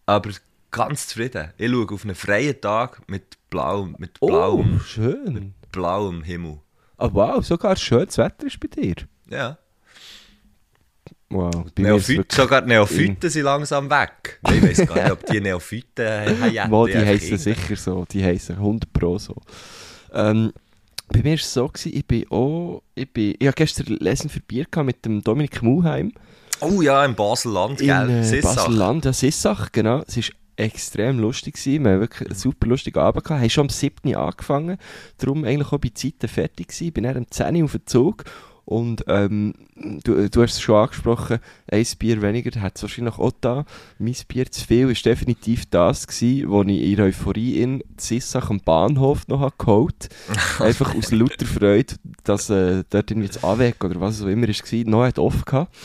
aber ganz zufrieden. Ich schaue auf einen freien Tag mit blauem, mit
Oh,
blauem,
schön.
blauem Himmel.
Ah, wow, sogar schönes Wetter ist bei dir.
Ja.
Wow. bei mir ist
Neophyten,
wirklich-
sogar die Neophyten sind langsam weg. Nein, Ich weiß gar nicht, ob
[laughs]
die Neophyten haben.
Mo, die heissen sicher so, die heissen 100 Pro so. Ähm, bei mir war es so, gewesen, ich bin auch, ich, bin, ich habe gestern Lesen für Bier gehabt mit dem Dominik Muheim
Oh ja, im Baselland,
in
gell?
äh,
Sissach.
Basel-Land, ja, Sissach, genau. Es war extrem lustig, gewesen. wir haben wirklich einen super lustigen Abend gehabt, haben schon am 7. Uhr angefangen, darum eigentlich auch bei Zeiten fertig gewesen, bin dann am 10. Uhr auf den Zug und ähm, du, du hast es schon angesprochen, ein Bier weniger hat es wahrscheinlich auch da. Mein Bier zu viel ist definitiv das gewesen, was ich in der Euphorie in Sissach am Bahnhof noch habe
[laughs]
geholt Einfach aus lauter Freude, dass äh, dort irgendwie das AWEG oder was auch immer es war, noch hat offen gehabt.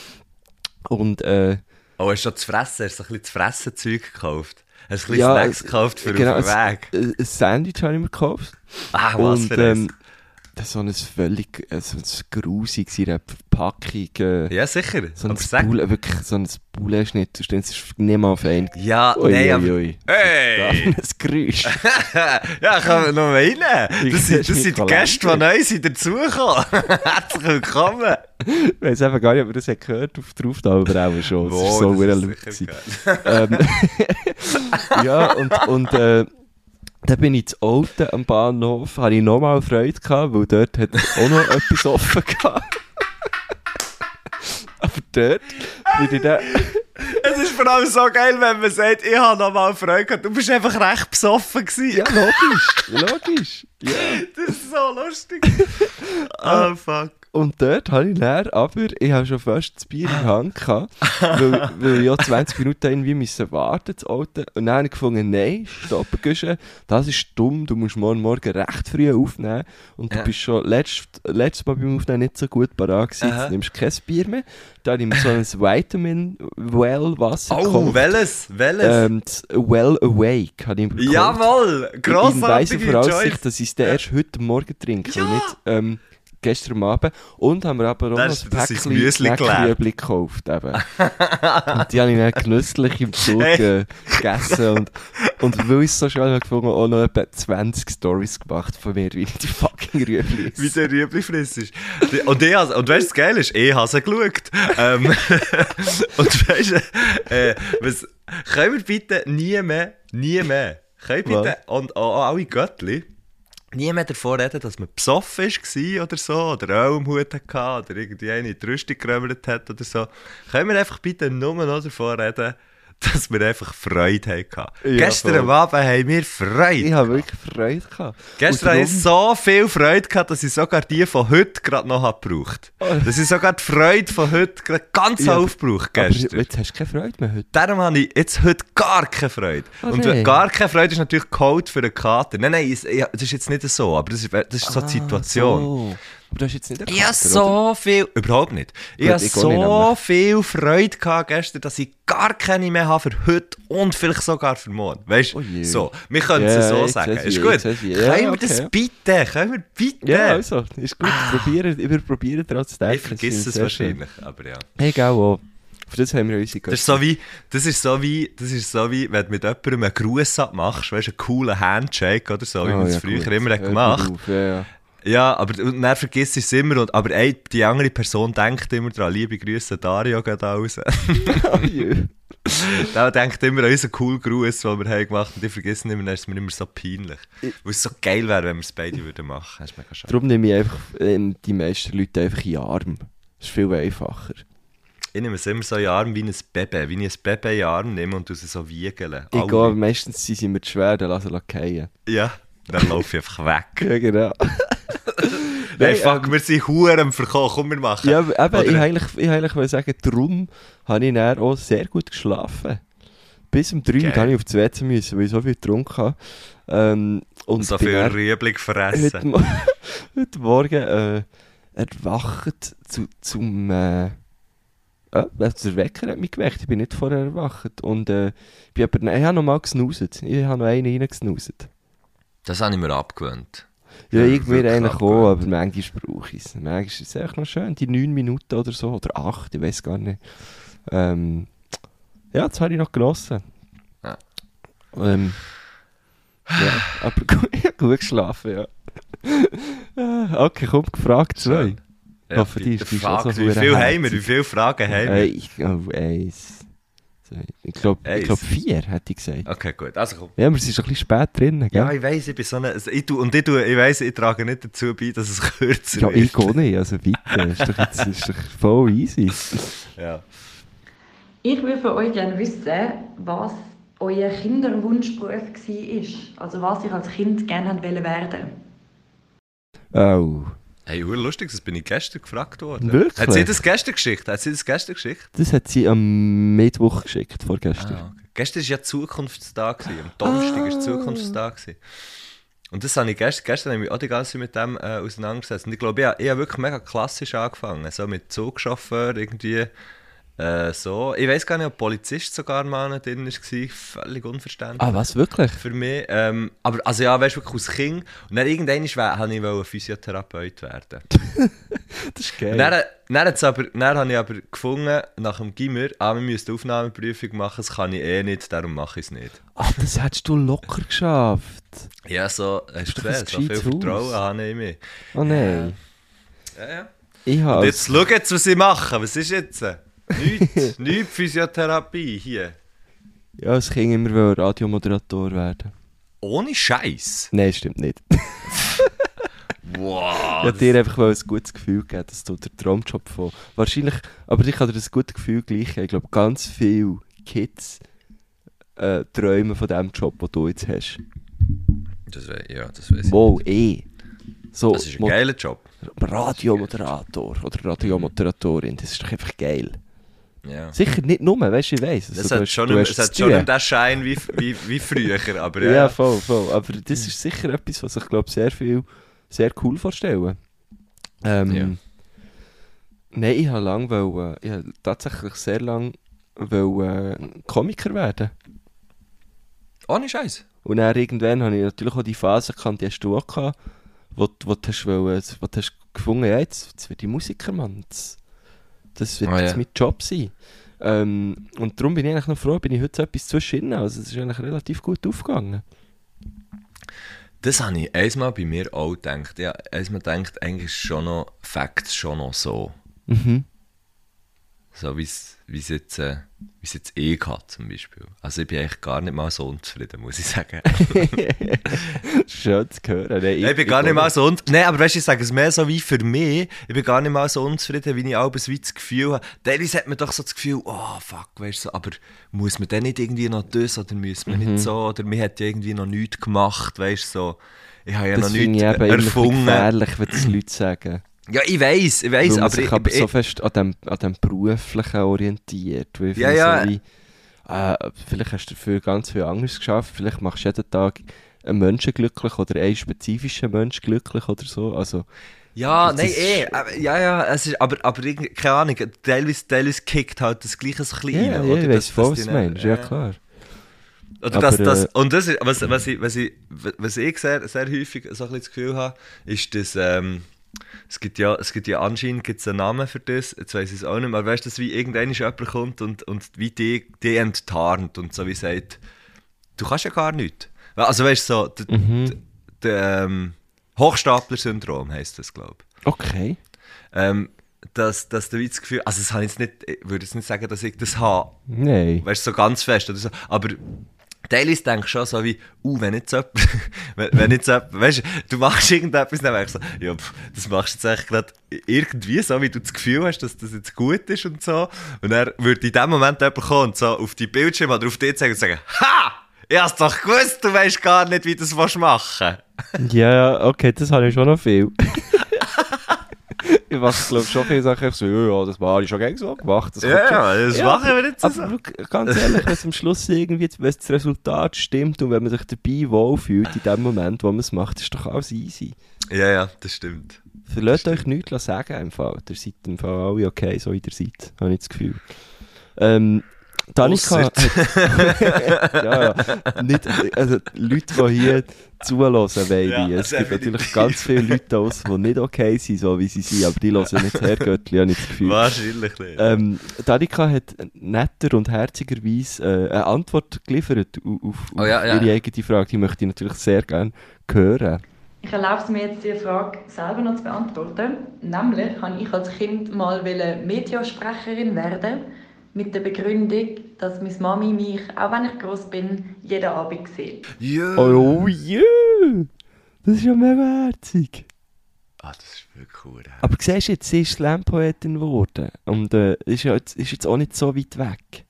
Und äh,
Oh, hast du schon zu fressen, hast du ein bisschen zu fressen Zeug gekauft? Hast du ein bisschen
Ja,
Snacks gekauft für
genau,
auf den
ein-
Weg?
Ein ein Sandwich habe ich mir gekauft.
Ah, was
und, ähm,
für ein.
das ist so ein völlig äh, so ein grusiges in einer Verpackung. Äh,
Ja, sicher.
so ein
aber sag.
Boule, wirklich so ein Boulet-Schnitt. Du stehst es ist nicht mal auf einen.
Ja,
Ui,
nein,
ui,
aber.
ui.
Hey!
Das Geräusch.
ja, können wir noch
[laughs]
mal rein.
Ich
Das sind,
sehe
das sind die
Nicola
Gäste, die neu sind dazugekommen. [laughs] Herzlich willkommen.
ich weiß einfach gar nicht, ob man das hat gehört auf drauf da, aber auch schon. Es
Wow,
war so
das
weird
ist
laut.
sicher
gewesen.
geil.
ähm, [laughs] ja, und, und äh, dann bin ich zu Olten am Bahnhof, hatte ich nochmal Freude, gehabt, weil dort hat es auch noch etwas offen gehabt. Aber dort bin ich dann...
Es ist vor allem so geil, wenn man sagt, ich habe noch mal Freude gehabt. Du bist einfach recht besoffen gewesen.
Ja, logisch, logisch. Ja.
[laughs] Das ist so
[laughs]
lustig. Ah, fuck.
Und dort habe ich leer, aber ich habe schon fast das Bier in der Hand gehabt,
[laughs]
weil, weil ich auch 20 Minuten irgendwie müssen warten zu Auto. Und dann habe ich gefunden, nein, stopp, Güsche, das ist dumm, du musst morgen Morgen recht früh aufnehmen und du
Ja.
bist schon letzt, letztes Mal beim Aufnehmen nicht so gut parat gewesen,
Aha.
jetzt nimmst du kein Bier mehr. Da habe ich mir so
[laughs]
ein Vitamin Well Wasser
Oh,
gekauft.
welches? Welches?
ähm, das well Awake habe ich mir gekauft.
Jawohl!
in weiser
Grossartige Choice.
Voraussicht, dass ich es dann erst heute Morgen trinke und nicht ähm, gestern Abend. Und haben wir aber auch noch
Das
ein
ist- das ist
Päckchen
Müsli
Knäckchen gekauft.
[laughs]
Eben. und die habe ich dann genüsslich im Zug äh, gegessen. Und, und weil ich es so schön habe, gefunden, auch noch etwa 20 Stories gemacht von mir, wie ich die fucking Rüebli
Wie
esse.
der Rüebli frisst. ist. Und, ich has- und weißt du, das Geile ist, ich habe sie geschaut. Ähm, [laughs] und weißt du, äh, was, können wir bitte nie mehr, nie mehr, können wir bitte, und auch an alle Göttli, nie mehr davon reden, dass man besoffen war oder so, oder auch im Hut hatte, oder irgendwie eine in die Rüstung gerömmert hat oder so. Können wir einfach bitte nur noch davon reden, dass wir einfach Freude hatten.
Ja,
Gestern am
voll.
Abend haben wir Freude.
Ich habe wirklich Freude gehabt.
Gestern
Und
hatte
darum-
ich so viel Freude, gehabt, dass ich sogar die von heute gerade noch habe gebraucht habe. Dass ich sogar die Freude von heute gerade ganz
Oh. Ja, aber-
aufgebraucht
Aber
gestern.
jetzt hast du keine Freude mehr heute.
Darum habe ich jetzt heute gar keine Freude.
Ah,
Und
nein.
gar keine Freude ist natürlich kalt für einen Kater. Nein, nein, ich, ja, das ist jetzt nicht so, aber das ist, das ist so die Situation.
Ah, So. Aber du hast jetzt nicht einen
Ich habe
Kater, oder?
so viel, überhaupt nicht. Ich
Gut,
habe
ich auch nicht,
so
nämlich.
viel Freude gehabt gestern, dass ich gar keine mehr habe für heute und vielleicht sogar für morgen. Weißt du?
Oh je.
so, wir können
Ja,
es so
jetzt
sagen.
weiß
Ist
ich,
gut.
jetzt weiß
Können
ich. Ja,
wir
okay.
das bitte? Können wir bitte?
Ja, also, ist gut. Probieren, wir probieren daran zu denken.
ich vergesse es wahrscheinlich, aber ja.
Egal auch. Für das haben wir unsere
Das ist so wie, das ist so wie, das ist so wie, wenn du mit jemandem einen Gruß abmachst, weißt du, einen coolen Handshake oder so, wie
Oh
man es früher immer hat gemacht
Auf, Eh, ja, ja. [laughs]
Ja, aber und dann vergisst du es immer. Und, aber ey, die andere Person denkt immer dran, liebe Grüße Dario geht raus.
Oh, je.
Der denkt immer an unseren coolen Gruß, den wir haben gemacht haben. Und ich vergesse nicht mehr, dann ist es mir immer so peinlich. Weil es so geil wäre, wenn wir es beide würden machen. Das ist mega schade.
Darum nehme ich einfach ähm, die meisten Leute einfach in den Arm. Das ist viel einfacher.
Ich nehme es immer so in den Arm wie ein Baby. Wie ich ein Baby in den Arm nehme und tue es so wiegeln.
Ich
Alle-
gehe, meistens sind sie mir zu schwer, dann lasse ich sie fallen.
Ja, dann laufe ich
[laughs]
einfach weg.
Ja, genau.
Hey, fuck, wir sind Huren am Verkauf. Komm, wir machen.
ähm, Ja, eh, aber eben,
Oder-
ich eigentlich, ich eigentlich will sagen, darum habe ich dann auch sehr gut geschlafen. Bis um 3 Uhr
Geil.
musste ich auf die WC, müssen, weil ich so viel getrunken habe. Ähm, und
so
bin
viel
dann
Rüebli
heute,
gefressen.
Mo- [laughs] heute Morgen äh, erwacht zu, zum... Äh, ja, also der Wecker hat mich geweckt, ich bin nicht vorher erwacht. Und äh, ich, bin aber, ich habe noch mal gesnuset, ich habe noch einen reingenuset.
Das habe ich mir abgewöhnt.
Ja,
Ja,
ich mir
wirklich
eigentlich
abgehört.
auch, aber manchmal brauche ich es. Manchmal ist es echt noch schön, die 9 Minuten oder so, oder 8, ich weiß gar nicht. Ähm, ja, das habe ich noch genossen.
Ja.
Ähm,
[sighs]
ja, aber gut, [laughs] ich habe gut geschlafen, ja. Äh, okay, komm, gefragt zwei.
Schön.
Ja, für die ist die schon so
fragt, wie
verdammt
viel haben wir?
herzig.
Wie viele Fragen haben wir?
Äh, ich oh, eins. Zwei. Ich glaube,
Eins.
ich glaub, vier, hätte ich gesagt.
Okay, gut. Also komm.
Ja, aber es ist ein bisschen spät drin, gell?
Ja, ich weiss, ich bin so eine. also Ich tu, und ich, tu, ich weiss, ich trage nicht dazu bei, dass es [laughs] kürzer
ja, ich
wird.
auch nicht, also bitte, ist doch, jetzt, ist doch voll
[laughs]
easy.
Ja.
Ich würde von euch gerne wissen, was euer Kinderwunschberuf war. Also was ihr als Kind gerne hättet wollen werden
Oh.
Hey, hure lustig, das bin ich gestern gefragt worden.
Wirklich?
Hat sie das gestern geschickt? Hat sie das gestern geschickt?
Das hat sie am Mittwoch geschickt, vorgestern.
Ah, okay. Gestern war ja Zukunftstag. gewesen. Am Donnerstag
Ah.
war Zukunftstag. gewesen. Und das habe ich gestern, gestern habe ich mich auch die ganze Zeit mit dem äh, auseinandergesetzt. Und ich glaube, ich habe, ich habe wirklich mega klassisch angefangen. So mit Zugchauffeur irgendwie. Äh, so. Ich weiß gar nicht, ob Polizist sogar mal noch drin war. Völlig unverständlich.
Ah, was,
[laughs]
wirklich?
für mich. Ähm, aber also ja, weißt du, wirklich als Kind. Und dann irgendwann wollte ich wollen Physiotherapeut werden.
Das ist
Und
geil.
dann, dann, hat's aber, dann habe ich aber gefunden, nach dem Gimmer, ah, wir müssen eine Aufnahmeprüfung machen, das kann ich eh nicht, darum mache ich es nicht.
Ah, das hättest du locker geschafft.
Ja, so, hast
Ist
du
doch ein
gesehen, so viel
gescheites
Vertrauen
Haus.
habe ich in mich.
Oh nein.
Ja, ja.
Ich
Und
habe
jetzt schau jetzt, was ich mache, was ist jetzt?
[laughs]
Nichts, nichts Physiotherapie hier.
als, ja, als Kind immer wollen Radiomoderator werden.
Ohne Scheiß.
Nein, stimmt nicht.
[laughs] Wow.
ich wollte dir einfach wollen ein gutes Gefühl geben, dass du den Traumjob von... Wahrscheinlich, aber ich kann dir das gute Gefühl gleich geben. Ich glaube, ganz viele Kids äh, träumen von dem Job, den du jetzt hast.
Das, wei- ja, das weiß ich.
Wow, eh. So,
Das ist ein
Mod-
geiler Job.
Radiomoderator oder Radiomoderatorin, das ist doch einfach geil.
Ja.
Sicher nicht nur, weißt du, ich weiss.
Das
du
hat
hast-
schon,
du
nicht,
hast
es
zu
hat schon
tun.
nicht den Schein wie, wie, wie früher, aber
ja,
ja. ja.
voll, voll. Aber das ist sicher etwas, was ich glaube, sehr viel, sehr cool vorstellen. Ähm,
Ja.
Nein, ich habe lang wollen, ich habe tatsächlich sehr lange wollen, äh, Komiker werden.
Ohne Scheiß.
Und dann irgendwann habe ich natürlich auch die Phase gehabt, die hast du auch gehabt, wo, du- wo, du hast wollen, wo du hast gefunden ja, jetzt, jetzt werde ich Musiker, Mann. Das, das wird
Ah, ja.
jetzt mein Job sein. Ähm, und darum bin ich eigentlich noch froh, bin ich heute so etwas zwischen. Also es ist eigentlich relativ gut aufgegangen.
[laughs] Das habe ich einmal bei mir auch gedacht. Ja, einmal gedacht, eigentlich ist schon noch Facts schon noch so.
Mhm.
So wie es wie es jetzt, äh, wie es jetzt ich hat zum Beispiel. Also ich bin eigentlich gar nicht mal so unzufrieden, muss ich sagen.
Schön zu hören. Nein,
Ich, ich bin gar nicht mal so unzufrieden. Nein, aber weißt du, ich sage es mehr so wie für mich. Ich bin gar nicht mal so unzufrieden, wie ich abends wie das Gefühl habe. Teilweise hat man doch so das Gefühl, oh fuck, weißt du, so, aber muss man dann nicht irgendwie noch das oder muss man
Mhm.
nicht so? Oder man hat ja irgendwie noch nichts gemacht, weißt du, so. Ich habe ja
Das
noch nichts
finde ich eben immer ein bisschen
erfunden.
gefährlich, wenn das Leute sagen.
Ja, ich weiß, ich weiß,
Weil man
aber
sich
ich, eh-
aber
ich,
so fest an dem, an dem Beruflichen orientiert. Weil ich
Ja,
finde
ja.
So wie, äh, vielleicht hast du dafür ganz viel anderes geschafft. Vielleicht machst du jeden Tag einen Menschen glücklich oder einen spezifischen Menschen glücklich oder so. Also,
Ja,
Das
nein,
ist-
eh. aber- Ja, ja, es ist, aber, aber irgendwie- keine Ahnung, teilweise, teilweise kickt halt das Gleiche so
ja,
ein bisschen
ja,
rein.
ich
dass-
weiß voll,
dass
was
die
du
dann-
meinst. Ja,
äh,
klar.
Oder dass,
Aber,
Also das,
äh,
und das ist, was, was ich, was ich, was ich sehr, sehr häufig so ein bisschen das Gefühl habe, ist, dass ähm, es, gibt ja, es gibt ja anscheinend gibt's einen Namen für das, jetzt weiss ich es auch nicht mehr, aber weißt du, dass wie irgendwann jemand kommt und, und wie die, die enttarnt und so wie sagt, du kannst ja gar nichts. Also weißt du, so, d-
Mhm.
d- d- ähm, Hochstapler-Syndrom heisst das, glaube ich.
Okay.
ähm, dass, dass du wie das Gefühl, also das habe ich jetzt nicht, ich würde jetzt nicht sagen, dass ich das habe,
Nein.
weißt du, so ganz fest oder so, aber teilweise denkst du schon so wie, uh, wenn jetzt jemand, [laughs] wenn, wenn jetzt jemand, weißt du, du machst irgendetwas, dann denkst du so, ja, pff, das machst du jetzt eigentlich gerade irgendwie so, wie du das Gefühl hast, dass das jetzt gut ist und so, und dann würde in dem Moment jemand kommen und so auf die Bildschirm oder auf dich zeigen und sagen, ha, ich hab's doch gewusst, du weißt gar nicht, wie du das willst machen
Ja, ja, okay, das habe ich schon noch viel. [laughs] ich mache, glaube schon viele Sachen. Ich so, ja, ja, das war ich schon gern so gemacht. Das
Ja,
kommt schon.
ja, das machen wir jetzt
aber
so.
schau, ganz ehrlich, wenn es am Schluss irgendwie, wenn das Resultat stimmt und wenn man sich dabei wohlfühlt, in dem Moment, wo man es macht, ist doch alles easy.
Ja, ja, das stimmt.
Lasst euch nichts lassen sagen im Fall. Ihr seid im Fall alle okay, so wie ihr seid, habe ich das Gefühl. Ähm, Danica
Ausser- [laughs]
ja, ja. Nicht, also, Leute, die hier zuhören, wollen
Ja,
die. Es gibt
definitiv.
natürlich ganz viele Leute da draussen, die nicht okay sind, so wie sie sind, aber die hören nicht her, Göttli, habe ich das Gefühl.
Wahrscheinlich nicht.
Ähm, Danica hat netter und herzigerweise äh, eine Antwort geliefert au- auf,
Oh ja, ja.
auf ihre eigene Frage. Die möchte ich natürlich sehr gerne hören.
Ich erlaube es mir jetzt, die Frage selber noch zu beantworten. Nämlich wollte ich als Kind mal Mediasprecherin werden, mit der Begründung, dass meine Mami mich, auch wenn ich groß bin, jeden Abend sieht.
Ja.
Oh, oh yeah. Das ist ja mega herzig.
Ah, das ist wirklich cool. Ja.
Aber siehst du jetzt, sie ist Slam-Poetin geworden. Und äh, ist, ja jetzt, ist jetzt auch nicht so weit weg.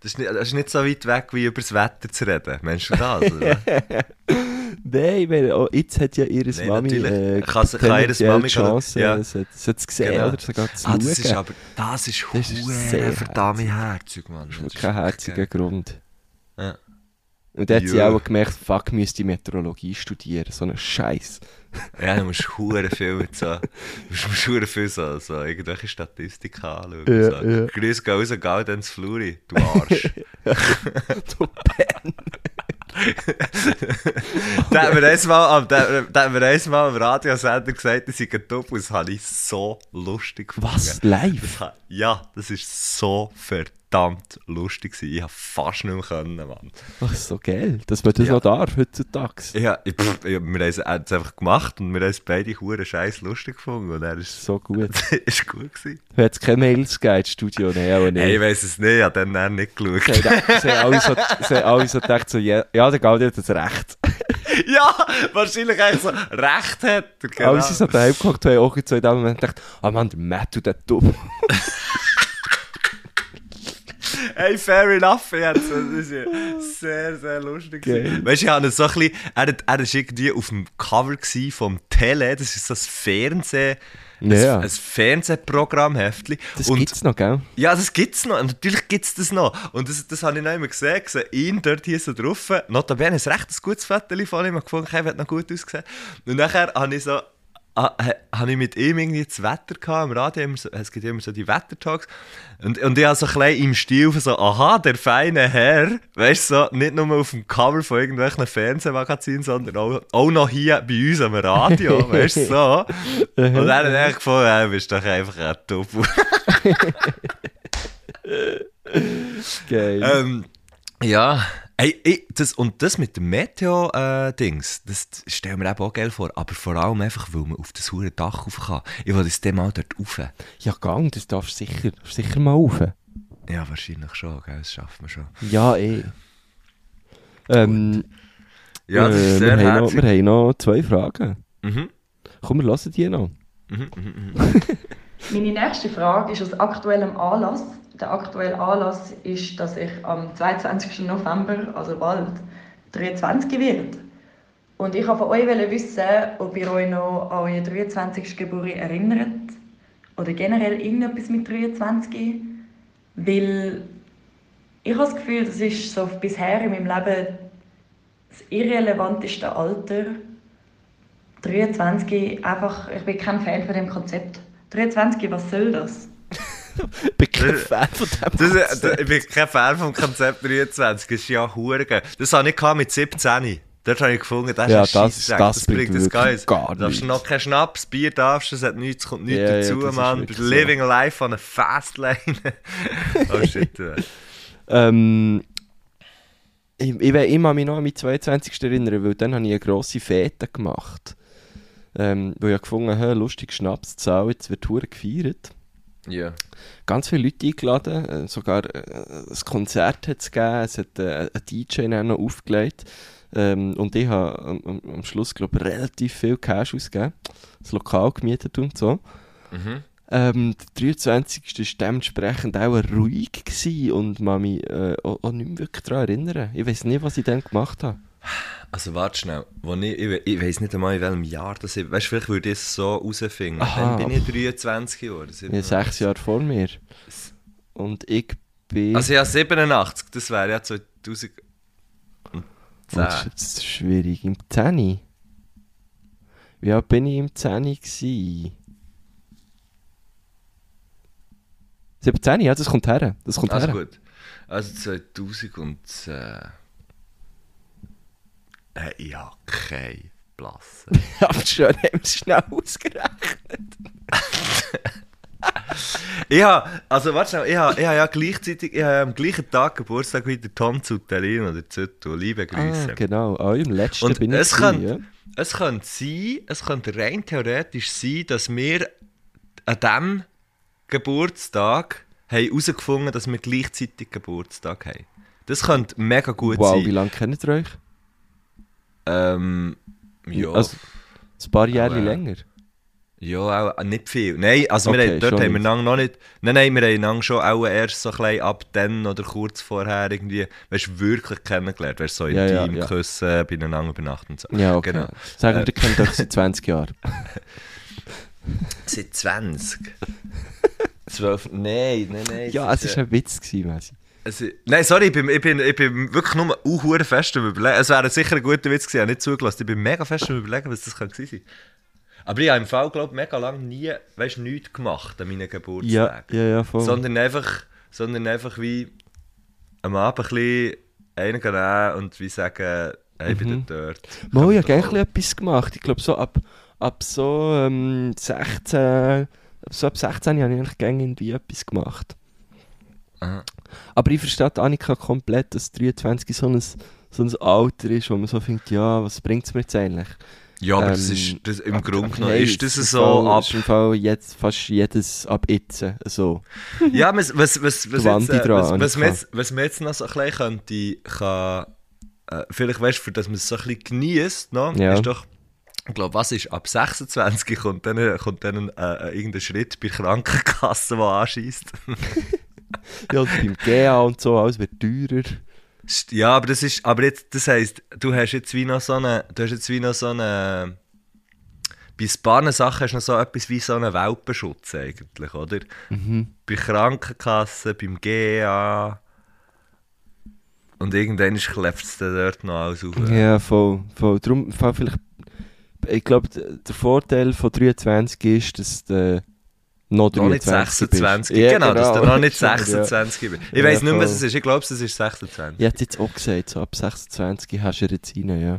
Das, ist nicht, das ist nicht so weit weg, wie über das Wetter zu reden. Meinst du das? Oder?
[laughs] Nein, ich meine, auch jetzt hat ja ihre
Nein,
Mami
natürlich.
äh,
Kann sie- kann ihre
tendenziell
Mami-
Chance,
ja.
ja. es hat es hat's gesehen
Genau.
oder sogar zu
ah, das
schauen.
ist aber... Das ist,
Das ist
huere
sehr
verdammt herzig, Mann.
Das ist
ist
kein
wirklich
herziger
geil.
Grund.
Ja.
Und da hat sie
Ja.
auch gemerkt, fuck, müsste ich Meteorologie studieren, so ein Scheiß.
Ja, du musst hure viel mit so... Du musst- musst hure viel so, so irgendwelche Statistiken anschauen.
Ja,
so.
ja.
Grüß geh raus, gell, dann ins Fluri, du Arsch.
[laughs] Du Penner.
[laughs] da hat mir einmal am, da, da hat mir einmal am Radiosender gesagt, ich sei ein Doppel. Das habe ich so lustig
Was?
gefunden.
Live?
Das ha- Ja, das ist so verdammt lustig. gewesen. Ich habe fast nicht mehr können, Mann.
Ach, so geil, dass man das noch darf heutzutage.
Ja, ich, pff, ich, wir haben es er hat's einfach gemacht und wir haben es beide hure scheiß lustig gefunden. Und er ist, [laughs]
So gut. [laughs]
ist gut gewesen.
Hat es keine Mails gegeben ins Studio? Nein, aber nicht.
Hey,
[laughs]
ich weiß es nicht, ich habe dann, dann nicht geschaut.
Sie haben- sie haben alle so, sie haben alle so gedacht, so, ja, ja, der Gaudi hat das Recht. [laughs]
[laughs] ja, wahrscheinlich eigentlich so recht hat. er, Genau.
Alle sind so daheim geguckt, haben auch so in dem Moment gedacht, ah Mann, der Matt, du, der dumm.
Hey, fair enough, jetzt. Das ist ja sehr, sehr lustig.
Geil.
Weißt du, ich habe ihn so ein bisschen, er, hat- er war irgendwie auf dem Cover gsi vom Tele, das ist so ein Fernseh,
Ja.
ein, ein Fernsehprogrammheftli.
Das
Und-
gibt's noch, gell?
ja, das gibt's noch. Natürlich gibt's das noch. Und das, das habe ich noch immer gesehen. gesehen. Ihn dort hier so drauf. Notabene ist recht ein gutes Foto von ihm. Ich gefunden, er hat noch gut ausgesehen. Und nachher habe ich so... ah, ha- Habe ich mit ihm irgendwie das Wetter gehabt, im Radio, immer so, es gibt immer so die Wettertalks. Und, und ich habe so ein bisschen im Stil von so, aha, der feine Herr, weißt du, so, nicht nur auf dem Cover von irgendwelchen Fernsehmagazinen, sondern auch, auch noch hier bei uns am Radio, weißt du, so. Und er hat echt gefunden, er bist doch einfach ein Tofu.
Geil.
Äh.
Hm.
Ähm, ja. Hey, ich, das, und das mit dem Meteo-Dings, das stellen wir eben auch geil vor. Aber vor allem einfach, weil man auf das hure Dach rauf kann. Ich will das dann mal dort rauf.
Ja, gang, das darfst du sicher, darfst sicher mal rauf.
Ja, wahrscheinlich schon, gell? das schaffen wir schon.
Ja, eh. Ähm,
Ja, das
äh,
ist
wir,
sehr
haben noch,
herzig.
wir haben noch zwei Fragen.
Mhm.
Komm, wir lassen die noch.
Meine nächste Frage ist aus aktuellem Anlass. Der aktuelle Anlass ist, dass ich am 22. November, also bald, 23 werde. Und ich wollte von euch wissen, ob ihr euch noch an eure 23. Geburt erinnert oder generell irgendetwas mit 23. Weil ich habe das Gefühl, das ist so bisher in meinem Leben das irrelevanteste Alter. 23, einfach, ich bin kein Fan von dem Konzept. 23, was soll das?
Ich bin kein
Äh,
Fan von dem
Das, äh,
Konzept.
ich bin kein Fan vom Konzept 23, das ist ja hure geil. Das hatte ich gehabt mit 17. Dort habe ich gefunden, das
Ja,
ist ein
das ist-
Scheissdreck,
das
das
bringt
bringt das
wirklich
Geiles.
gar
darfst du
nichts.
noch keinen Schnaps, Bier darfst du, es hat nichts, kommt nichts
Ja, ja,
dazu,
das ist
Mann.
wirklich
Living life on a fast lane. [laughs] oh shit. äh.
Ähm, ich, ich, we- ich kann mich noch an meinen 22. erinnern, weil dann habe ich eine grosse Fete gemacht. Ähm, wo ich habe gefunden habe, lustig Schnaps zu zahlen, jetzt wird Tour gefeiert.
Ja.
Ganz viele Leute eingeladen, äh, sogar äh, ein Konzert hat es gegeben, es hat äh, ein DJ dann noch aufgelegt. Ähm, und ich habe am, am- am Schluss, glaube ich, relativ viel Cash ausgegeben. Das Lokal gemietet und so.
Mhm.
Ähm, der 23. war dementsprechend auch ruhig gewesen und man kann mich äh, auch, auch nicht mehr wirklich daran erinnern. Ich weiß nicht, was ich dann gemacht habe.
Also warte schnell, wo ich, ich, we- ich weiß nicht einmal in welchem Jahr das ist. Weißt du, vielleicht würde ich es so rausfinden.
Aha.
Dann bin ich 23 geworden.
Ich habe sechs Jahre vor mir. Und ich bin...
Also ja, 87, das wäre ja 2000.
Oh, das ist jetzt schwierig. Im 10. Wie alt bin ich im 10 gewesen? 17, ja, das kommt her. Das kommt
Also
her.
gut. Also 2010. Äh, ich habe keine Blasse.
[laughs] [laughs] Ja, aber schon haben wir es schnell ausgerechnet.
ich habe, also warte schnell, ich habe, ich habe ja gleichzeitig, ich habe ja am gleichen Tag Geburtstag wie der Tom Zutelin oder Zutto. Liebe Grüße.
Ah, genau. Ah, im letzten
Und
bin ich
es
gewesen,
könnte,
ja.
es könnte sein, es könnte rein theoretisch sein, dass wir an diesem Geburtstag haben herausgefunden haben, dass wir gleichzeitig Geburtstag haben. Das könnte mega gut
Wow, wie
sein.
lange kennt ihr euch?
Ähm, ja,
Also, ein paar Jahre
Aber, äh,
länger.
ja auch äh, nicht viel. Nein, also wir
Okay,
haben, dort
schon
haben wir
nicht.
lang noch nicht. Nein, nein, wir haben lang schon auch erst so ein bisschen ab dann oder kurz vorher irgendwie, weißt du, wirklich kennengelernt. Weißt du, so
Ja, ja,
intim
ja.
küssen, beieinander übernachten und so.
Ja, okay.
Genau.
Sagen wir,
Äh,
ihr kennt euch
[laughs]
seit 20 Jahren. [laughs]
Seit 20. 12. Nein, nein, nein.
Ja, es war ein Witz, gewesen, Messi.
Also, nein, sorry, ich bin, ich bin, ich bin wirklich nur auch fest am Überlegen. Es wäre sicher ein guter Witz gewesen, ich habe nicht zugelassen. Ich bin mega fest am Überlegen, was das könnte gewesen sein. Aber ich habe im Fall, glaube ich, mega lange nie, weißt du, nichts gemacht an meinen
Ja,
Geburtstagen.
ja, ja, voll.
Sondern einfach, sondern einfach wie am Abend ein bisschen einen nehmen und wie sagen, hey, ich
Mhm.
bin dort.
Mal, ich
Kommt
habe
doch
eigentlich etwas gemacht. Ich glaube, so ab, ab so ähm, 16, so ab 16 habe ich eigentlich gerne irgendwie etwas gemacht.
Aha.
Aber ich verstehe die Annika komplett, dass 23 so ein, so ein Alter ist, wo man so denkt, ja, was bringt es mir jetzt eigentlich?
Ja, aber das
Ähm,
ist, das, im
Aber-
Grunde
aber
genommen
nein,
ist das
es im
so
Fall,
ab.
es Ist im Fall jetzt, fast jedes ab jetzt so. [laughs]
Ja, was, was, was, was,
Gewand
jetzt, äh,
dran,
was, was,
Annika.
man jetzt, was man jetzt noch so ein bisschen könnte, kann, äh, vielleicht weißt du, für dass man es so ein bisschen genießt, ne?
Ja.
ist doch, ich glaube, was ist, ab 26 kommt dann, kommt dann äh, äh, irgendein Schritt bei Krankenkassen, der anschießt.
Ja, und beim GA und so, alles wird teurer.
ja, aber das ist, aber jetzt, das heisst, du hast jetzt wie noch so eine, du hast jetzt wie noch so eine, bei Spanensachen hast du noch so etwas wie so einen Welpenschutz eigentlich, oder?
Mhm.
Bei Krankenkassen, beim GA. Und irgendwann kläfft es dann dort noch alles auf.
Ja, voll. voll. Darum, im Fall vielleicht, ich glaube, d- der Vorteil von 23 ist, dass du noch
Noch nicht
23 bist. [laughs]
26,
Ja,
genau, dass du noch nicht
Stimmt,
26 bist. Ich
Ja,
weiss nicht mehr, was es
voll.
ist. Ich glaube, es ist 26.
Ja. Ich hätte jetzt auch gesagt, so ab 26 hast du jetzt rein, ja.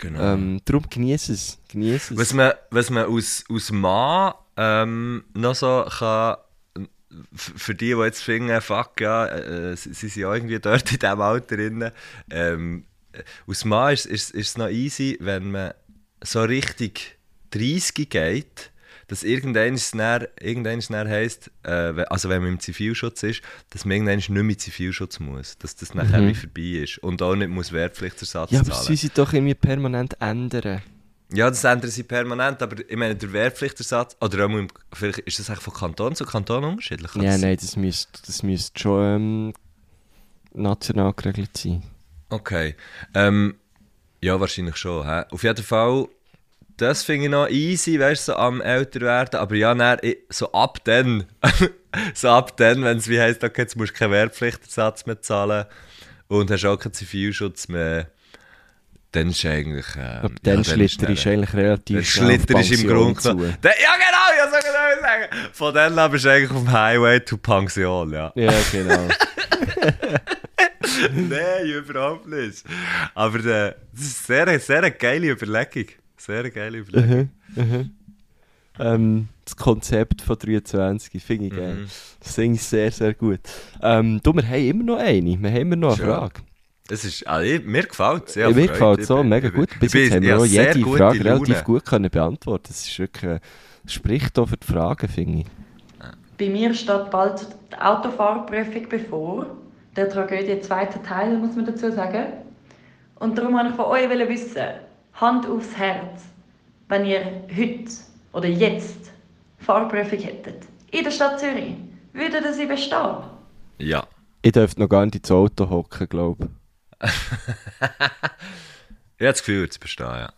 Genau.
Ähm, darum genieße es. Genieße es.
Was man, was man aus, aus Mann ähm, noch so kann f- für die, die jetzt finden, fuck ja, äh, sie, sie sind ja irgendwie dort in diesem Alter drin. Ähm, äh, aus Mann ist ist- ist es noch easy, wenn man so richtig 30 geht, dass irgendwann es dann, irgendwann es dann heisst, äh, we- also wenn man im Zivilschutz ist, dass man irgendwann nicht mehr in den Zivilschutz muss. Dass das nachher wie vorbei ist. Und auch nicht muss Wehrpflichtersatz
Mhm. Ja, aber
zahlen
sie sind doch irgendwie permanent ändern.
ja, das ändert sich permanent, aber ich meine, der Wehrpflichtersatz, oder auch im, vielleicht ist das eigentlich von Kanton zu Kanton unterschiedlich? Kann
Ja,
das-
nein, das müsste, das müsste schon ähm, national geregelt sein.
Okay. Ähm, ja, wahrscheinlich schon. Hä? Auf jeden Fall, das finde ich noch easy, weißt du, so am älter werden. Aber ja, dann, ich, so ab dann, [laughs] so ab dann, wenn es wie heisst, okay, jetzt musst du keinen Wehrpflichtersatz mehr zahlen und hast auch keinen Zivilschutz mehr, dann ist eigentlich. Ähm,
Ab dann
ja, ist äh,
Schlitter ist
dann-
eigentlich relativ
Der
schnell auf
Schlitter ist im
Pension
Grunde
zu.
genommen. Der- Ja, genau, ja, so genau sagen. Von dann ab bist du eigentlich auf dem Highway to Pension, ja.
Ja,
[laughs]
genau.
Nein, überhaupt nicht. Aber äh, das ist eine sehr, sehr geile Überlegung. Sehr geile Überlegung.
Mhm, mhm. ähm, das Konzept von 23 finde ich geil. Das finde ich sehr, sehr gut. Ähm, du, wir haben immer noch eine. Wir haben immer noch eine
Schön.
Frage.
Das ist, also, ich- mir gefällt es.
Mir gefällt es so mega gut. Bis jetzt haben wir auch jede Frage relativ gut können beantworten Das ist wirklich, äh, spricht auch für die Fragen, finde ich.
Bei mir steht bald die Autofahrprüfung bevor. Der Tragödie zweiter Teil, muss man dazu sagen. Und darum wollte ich von euch wissen, Hand aufs Herz, wenn ihr heute oder jetzt Fahrprüfung hättet, in der Stadt Zürich, würdet ihr sie bestehen?
Ja.
Ich dürfte noch gar nicht ins Auto hocken, glaube
Ich habe das Gefühl, zu bestehen, ja.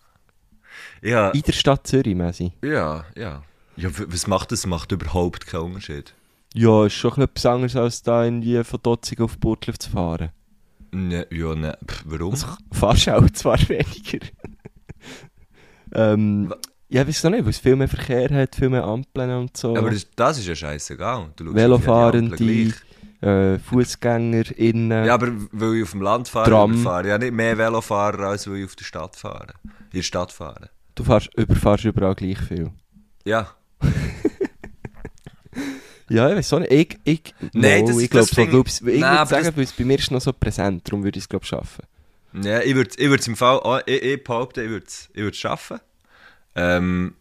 Ja,
ich. In der Stadt Zürich, Messi.
ja, ja. Ja, w- was macht das? Macht überhaupt keinen Unterschied.
Ja, ist schon etwas anderes, als da irgendwie von Dotzig auf Burtlev zu fahren.
Ne, ja, ne, pff, warum?
Fahrst auch [laughs] zwar weniger. ähm, ja, weiß noch nicht, weil es viel mehr Verkehr hat, viel mehr Ampeln und so.
Aber das, das ist ja scheißegal. Du schaust auf jede Ampel
Velofahrende,
gleich.
äh, FußgängerInnen.
Ja, aber weil ich auf dem Land fahre,
Tram.
überfahre ich ja nicht mehr Velofahrer, als weil ich auf der Stadt fahre. In der Stadt fahre.
Du fahrst, überfahrst überall gleich viel.
Ja.
Ja, ich weiß auch nicht. Ich, ich,
Nein,
Mal,
das-
ich glaube,
das Ding-
ich würde
Nein, aber
sagen,
das-
weil es bei mir ist noch so präsent, darum würde ich es, glaube ich, schaffen.
ja ich würde es ich würd's im Fall, auch- ich, ich behaupte, ich würde es ich würd's schaffen. Ähm,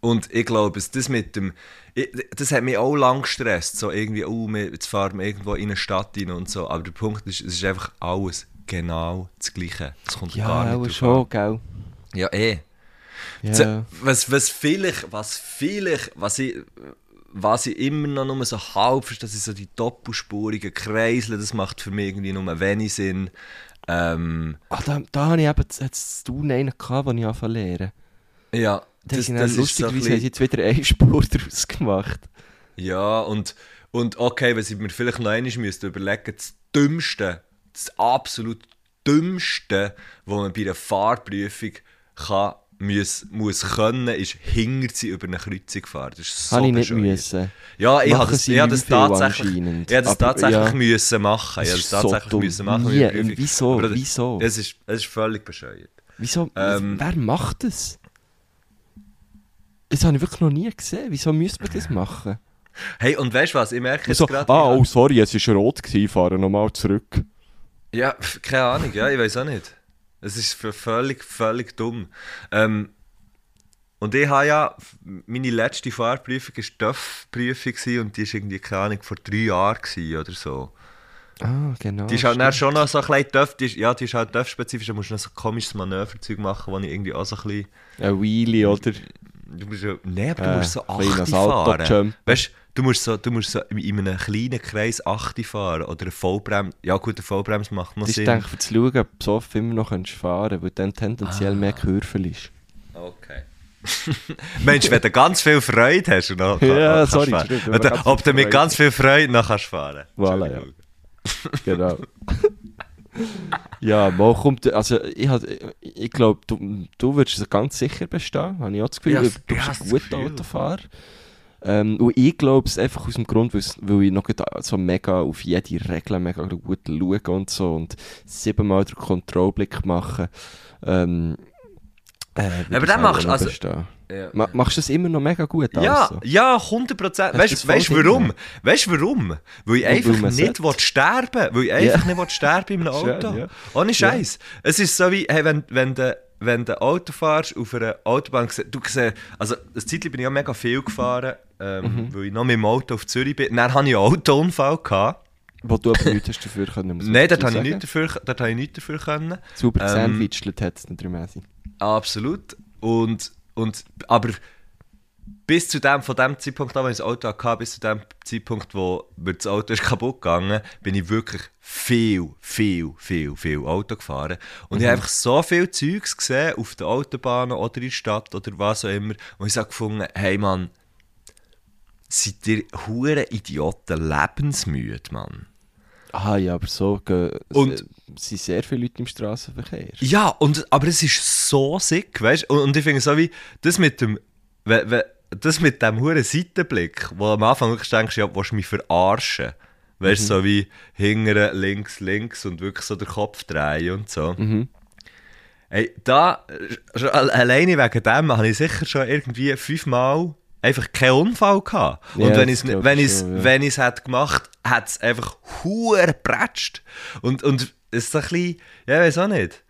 und ich glaube, es- das mit dem, ich, das hat mich auch lang gestresst, so irgendwie, oh, wir- jetzt fahren wir irgendwo in eine Stadt rein und so. Aber der Punkt ist, es ist einfach alles genau das Gleiche. Es kommt
Ja,
gar nicht
aber
drauf
schon, gell.
an. Ja, eh.
Ja.
Was, was vielleicht, was vielleicht, was ich, was ich immer noch nur so halb verstehe, dass ich so die doppelspurigen Kreisel, das macht für mich irgendwie nur wenig Sinn. Ähm,
Ah, da, da habe ich eben das Tun einen gehabt, den ich anfangen zu lernen.
ja,
Das, das,
das, das ist so ein
lustigerweise haben sie
bisschen,
jetzt wieder eine [laughs] Spur draus gemacht.
Ja, und, und okay, was ich mir vielleicht noch einmal müsste überlegen, das Dümmste, das absolut Dümmste, was man bei einer Fahrprüfung kann, muss, muss können, ist hinter sie über eine Kreuzung fahren. Das ist so
Habe ich nicht
bescheuert.
müssen.
Ja, ich
Machen
habe das,
sie
ich habe das
nicht viel
tatsächlich,
anscheinend.
ich habe das
Aber,
tatsächlich
ja.
müssen machen. Ich
Es
habe das
ist so
tatsächlich
dumm.
müssen machen.
Nie.
mit der Prüfung.
Und wieso?
Aber das-
Wieso?
Es ist, es ist völlig bescheuert.
Wieso?
Ähm.
wer macht das? Das habe ich wirklich noch nie gesehen. Wieso müsste man das machen?
Hey, und weißt du was? Ich merke jetzt
Wieso?
gerade.
ah, oh,
ich-
sorry, es war rot, gewesen, fahren nochmal zurück.
Ja, pf, keine Ahnung, ja, ich weiß auch nicht. Es ist v- völlig, völlig dumm. Ähm, und ich habe ja, f- meine letzte Fahrprüfung war die TÜV-Prüfung gewesen und die war irgendwie, keine Ahnung, vor drei Jahren gewesen oder so.
Ah, genau.
Die ist halt dann schon noch so ein bisschen TÜV, die ist, ja, die ist halt TÜV-spezifisch, da musst du noch so komisches Manöverzeug machen, wo ich irgendwie auch so ein bisschen...
Ein Wheelie oder
Du musst ja, nee, aber du
Äh,
musst so
kleines
8
Auto
fahren.
jumpen.
Weißt du, musst so, du musst so in- in einem kleinen Kreis 8 fahren oder eine Vollbremse. Ja, gut, eine Vollbremse macht noch
Das ist,
Sinn.
denke ich, für zu schauen, ob du so viel immer noch kannst fahren kannst, weil dann
Ah.
tendenziell mehr Kurven ist.
Okay. [laughs] Mensch, wenn du ganz viel Freude hast, und noch,
Ja,
kannst
sorry,
fahren.
stimmt, wenn
Wenn
man
du,
ganz
ob du
viel
mit
Freude
ganz viel Freude noch kannst fahren
Voilà, ja.
Entschuldigung.
Genau. ja, mal kommt. Also, ich, hab- ich, ich glaube, du, du würdest es ganz sicher bestehen, habe ich auch das Gefühl.
Ja,
weil du
ja,
bist
das
ein guter
Gefühl.
Autofahrer. Ähm, und ich glaube es einfach aus dem Grund, weil's- weil ich noch grad so mega auf jede Regel mega gut schaue und so und siebenmal den Kontrollblick mache. Ähm, Äh,
Aber dann machst du- also-
also...
Ja.
Ma machst du das immer noch mega gut,
Ja,
also?
ja, 100%.
Hast
Weißt
du
du
das
weißt,
voll
warum?
drin?
Weißt du warum? Weil ich
Weil
einfach
man
nicht
sollte.
will sterben Weil ich einfach
Ja.
nicht will sterben
[laughs]
in einem
Schön,
Auto.
ja.
Ohne Scheiß. Es ist so wie, hey, wenn, wenn du wenn du Auto fährst auf einer Autobahn, gse- du siehst, also das Zeitchen bin ich ja mega viel gefahren, ähm,
Mhm.
weil ich noch mit dem Auto auf Zürich bin. Dann hatte ich einen Autounfall. Gehabt.
Wo du aber nichts hast dafür können, muss
Nein, dort
dazu
habe ich
sagen.
nichts dafür, dort habe ich nichts dafür können.
Super
Ähm,
gesandwichtelt hat es nicht remäßig.
Absolut. Und, und, aber bis zu dem, von dem Zeitpunkt an, wo ich das Auto hatte, bis zu dem Zeitpunkt, wo mir das Auto ist kaputt gegangen bin ich wirklich viel, viel, viel, viel Auto gefahren. Und ich habe einfach so viel Zeugs gesehen auf den Autobahnen oder in der Stadt oder was auch immer. Und ich habe gefunden, hey Mann, seid ihr hure Idioten lebensmüde, Mann.
Ah ja, aber so gehen,
Und-
es, sind sehr viele Leute im Straßenverkehr.
Ja, und, aber es ist so sick, weißt du? Und, und ich finde so wie, das mit dem, we, we, das mit dem huren Seitenblick, wo am Anfang wirklich denkst, ja, willst du mich verarschen? Weißt du,
Mhm.
so wie hingere links, links und wirklich so den Kopf drehen und so.
Mhm.
Ey, da, schon al- alleine wegen dem habe ich sicher schon irgendwie fünfmal einfach keinen Unfall gehabt. Und
Ja, das
wenn ich es
glaub
wenn
ich
ich's-
schon, ja.
wenn ich's hätte gemacht, hätte es einfach huere gepratscht. Und, und es ist so ein bisschen, ja, ich weiß auch nicht.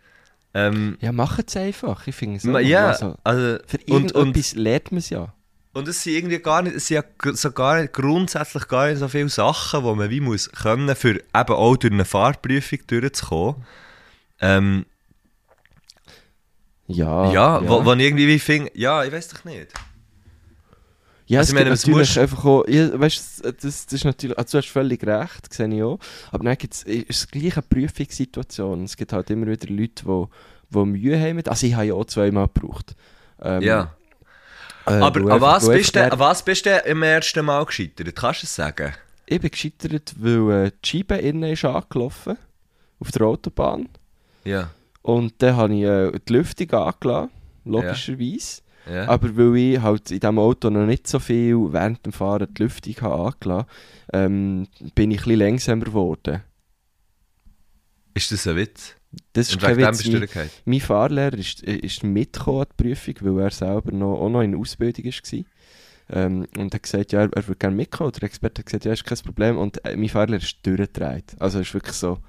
Ähm,
Ja, machen es einfach. Ich finde es
ma-
auch-
ja,
also,
also,
Für
und, und,
irgendetwas lernt man es ja.
und es sind irgendwie gar nicht, es sind ja gr- so gar nicht, grundsätzlich gar nicht so viele Sachen, die man wie muss können, für eben auch durch eine Fahrprüfung durchzukommen. Ähm,
Ah, Ja,
ja, Wo, wo ich irgendwie wie finde, ja, ich weiß doch nicht.
Ja, es
Also ich meine,
gibt
was
natürlich
musst-
einfach auch, ja, weißt, du, das, das ist natürlich, also du hast völlig recht, sehe ich auch, aber dann gibt's, ist es gleich eine Prüfungssituation, es gibt halt immer wieder Leute, die die Mühe haben, mit, also ich habe ja auch zweimal gebraucht. Ähm,
Ja.
äh,
Aber
wo
an
einfach-
was,
wo
bist
einfach
du, an was bist du im ersten Mal gescheitert? Kannst du es sagen?
Ich bin gescheitert, weil äh, die Scheibe innen ist angelaufen, auf der Autobahn.
Ja.
Und dann habe ich äh, die Lüftung angelassen, logischerweise.
ja.
Aber weil ich halt in diesem Auto noch nicht so viel während dem Fahren die Lüftung habe angelassen habe, ähm, bin ich ein bisschen langsamer geworden.
Ist das ein Witz?
Das ist
Und
kein
wegen dem
Witz.
bist du
Mein,
durchgefallen?
mein Fahrlehrer ist, äh, ist mitgekommen an die Prüfung, weil er selber noch, auch noch in Ausbildung war. Ähm, und hat gesagt, ja, er, er würde gerne mitkommen. Und der Experte hat gesagt, ja, ist kein Problem. Und äh, mein Fahrlehrer ist durchgedreht. Also es ist wirklich so,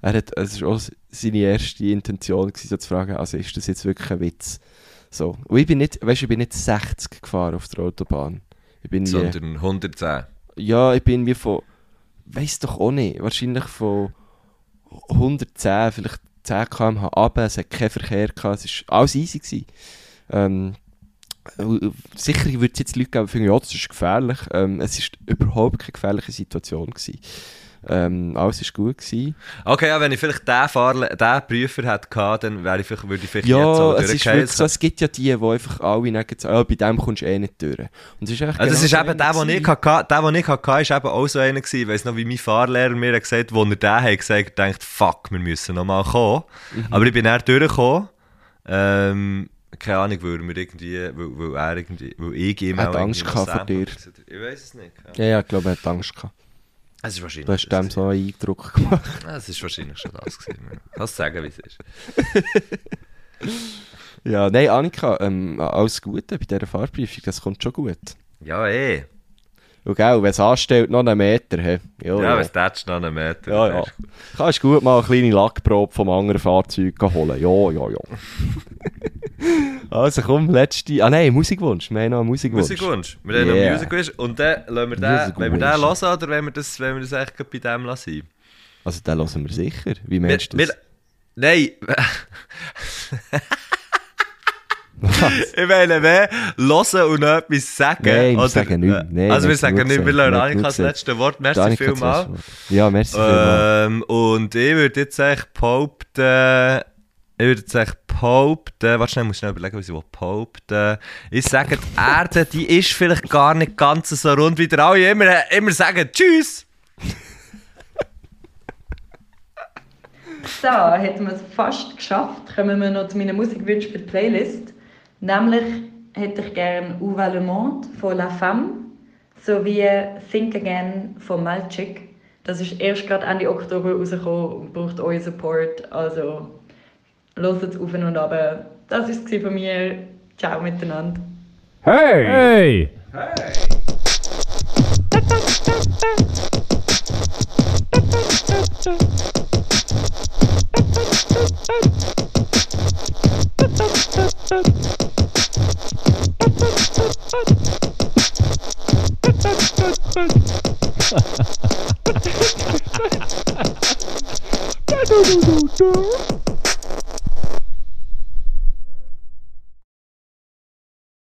er hat, es ist auch s- seine erste Intention gewesen, so zu fragen, also ist das jetzt wirklich ein Witz? So. Und ich bin nicht, weißt, ich bin nicht 60 gefahren auf der Autobahn. Ich bin wie,
Sondern 110.
ja, ich bin wie von, weiß doch auch nicht, wahrscheinlich von 110, vielleicht 10 km/h runter, es hat keinen Verkehr gehabt, es war alles easy. Gewesen. Ähm, äh, sicher würde es jetzt Leute geben, die finden, ja, das ist gefährlich. Ähm, es war überhaupt keine gefährliche Situation. Gewesen. Ähm, alles war gut. Gewesen.
Okay, ja, wenn ich vielleicht diesen, Fahrle diesen Prüfer hätte gehabt, dann wäre ich vielleicht, würde ich vielleicht jetzt
Ja,
auch
es, ist
durchgefallen.
wirklich so, es gibt ja die, die einfach alle sagen, ah, bei dem kommst du eh nicht durch. Und es ist einfach
Also das
genau
ist
so
eben
einer
der, den
gewesen.
ich hatte, der, den ich hatte, ist eben auch so einer gewesen. Ich weiss noch, wie mein Fahrlehrer mir hat gesagt hat, wo er den hat gesagt, denkt, fuck, wir müssen nochmal kommen.
Mhm.
Aber ich bin dann durchgekommen. Ähm, keine Ahnung, weil, wir irgendwie, weil, weil er irgendwie, weil ich ihm
Hat
auch
Angst
irgendwie
gehabt vor
was
dir.
gesagt habe. Ich weiß es nicht. Ja.
Ja, ja, ich glaube, er hat Angst gehabt.
Es ist wahrscheinlich
Du hast
das
dem so einen Eindruck gemacht.
gewesen. Ja, Es ist wahrscheinlich schon das gewesen. ja. Kannst sagen, wie es ist.
Ja, nein, Annika, ähm, alles Gute bei dieser Fahrprüfung, das kommt schon gut.
Ja, eh.
Und gell, wenn es anstellt, noch einen Meter. He. Ja,
Ja,
Oh, ja.
wenn es tätscht, noch einen Meter.
ja, ja. Kannst gut mal eine kleine Lackprobe vom anderen Fahrzeug holen. Ja, ja,
[laughs]
ja. also komm, letzte... Ah nein, Musikwunsch. Wir haben noch einen Musikwunsch.
Musikwunsch. Wir haben noch
Yeah.
einen Musikwunsch. Und dann lassen wir den,
Musikwunsch.
wenn wir den hören oder wenn wir das, wenn wir das eigentlich gerade bei dem lassen?
Also den hören wir sicher. Wie
Wir,
meinst du
wir,
das?
nein. ich meine, wir hören und noch etwas sagen.
Nein, wir
oder,
sagen nichts.
äh,
Nein,
also
wir haben
wir sagen
genug
nicht, wir
gesagt.
lernen
Wir haben
Annika
genug
das
gesagt.
letzte Wort. Merci
Danica, das
vielmals.
letzte Wort. Ja, merci vielmals.
Ähm, und ich würde jetzt eigentlich behaupten, ich würde jetzt eigentlich behaupten, warte schnell, ich muss schnell überlegen, was ich will behaupten Ich sage, die Erde, die ist vielleicht gar nicht ganz so rund, wie der alle immer, immer sagen, tschüss.
So, hätten wir es fast geschafft, kommen wir noch zu meiner Musikwünsch für die Playlist. Nämlich hätte ich gerne Ouva le Monde von La Femme sowie Think Again von Malchik. Das ist erst gerade Ende Oktober rausgekommen und braucht euren Support. Also Hört es auf und ab. Das war es von mir. Ciao miteinander.
Hey!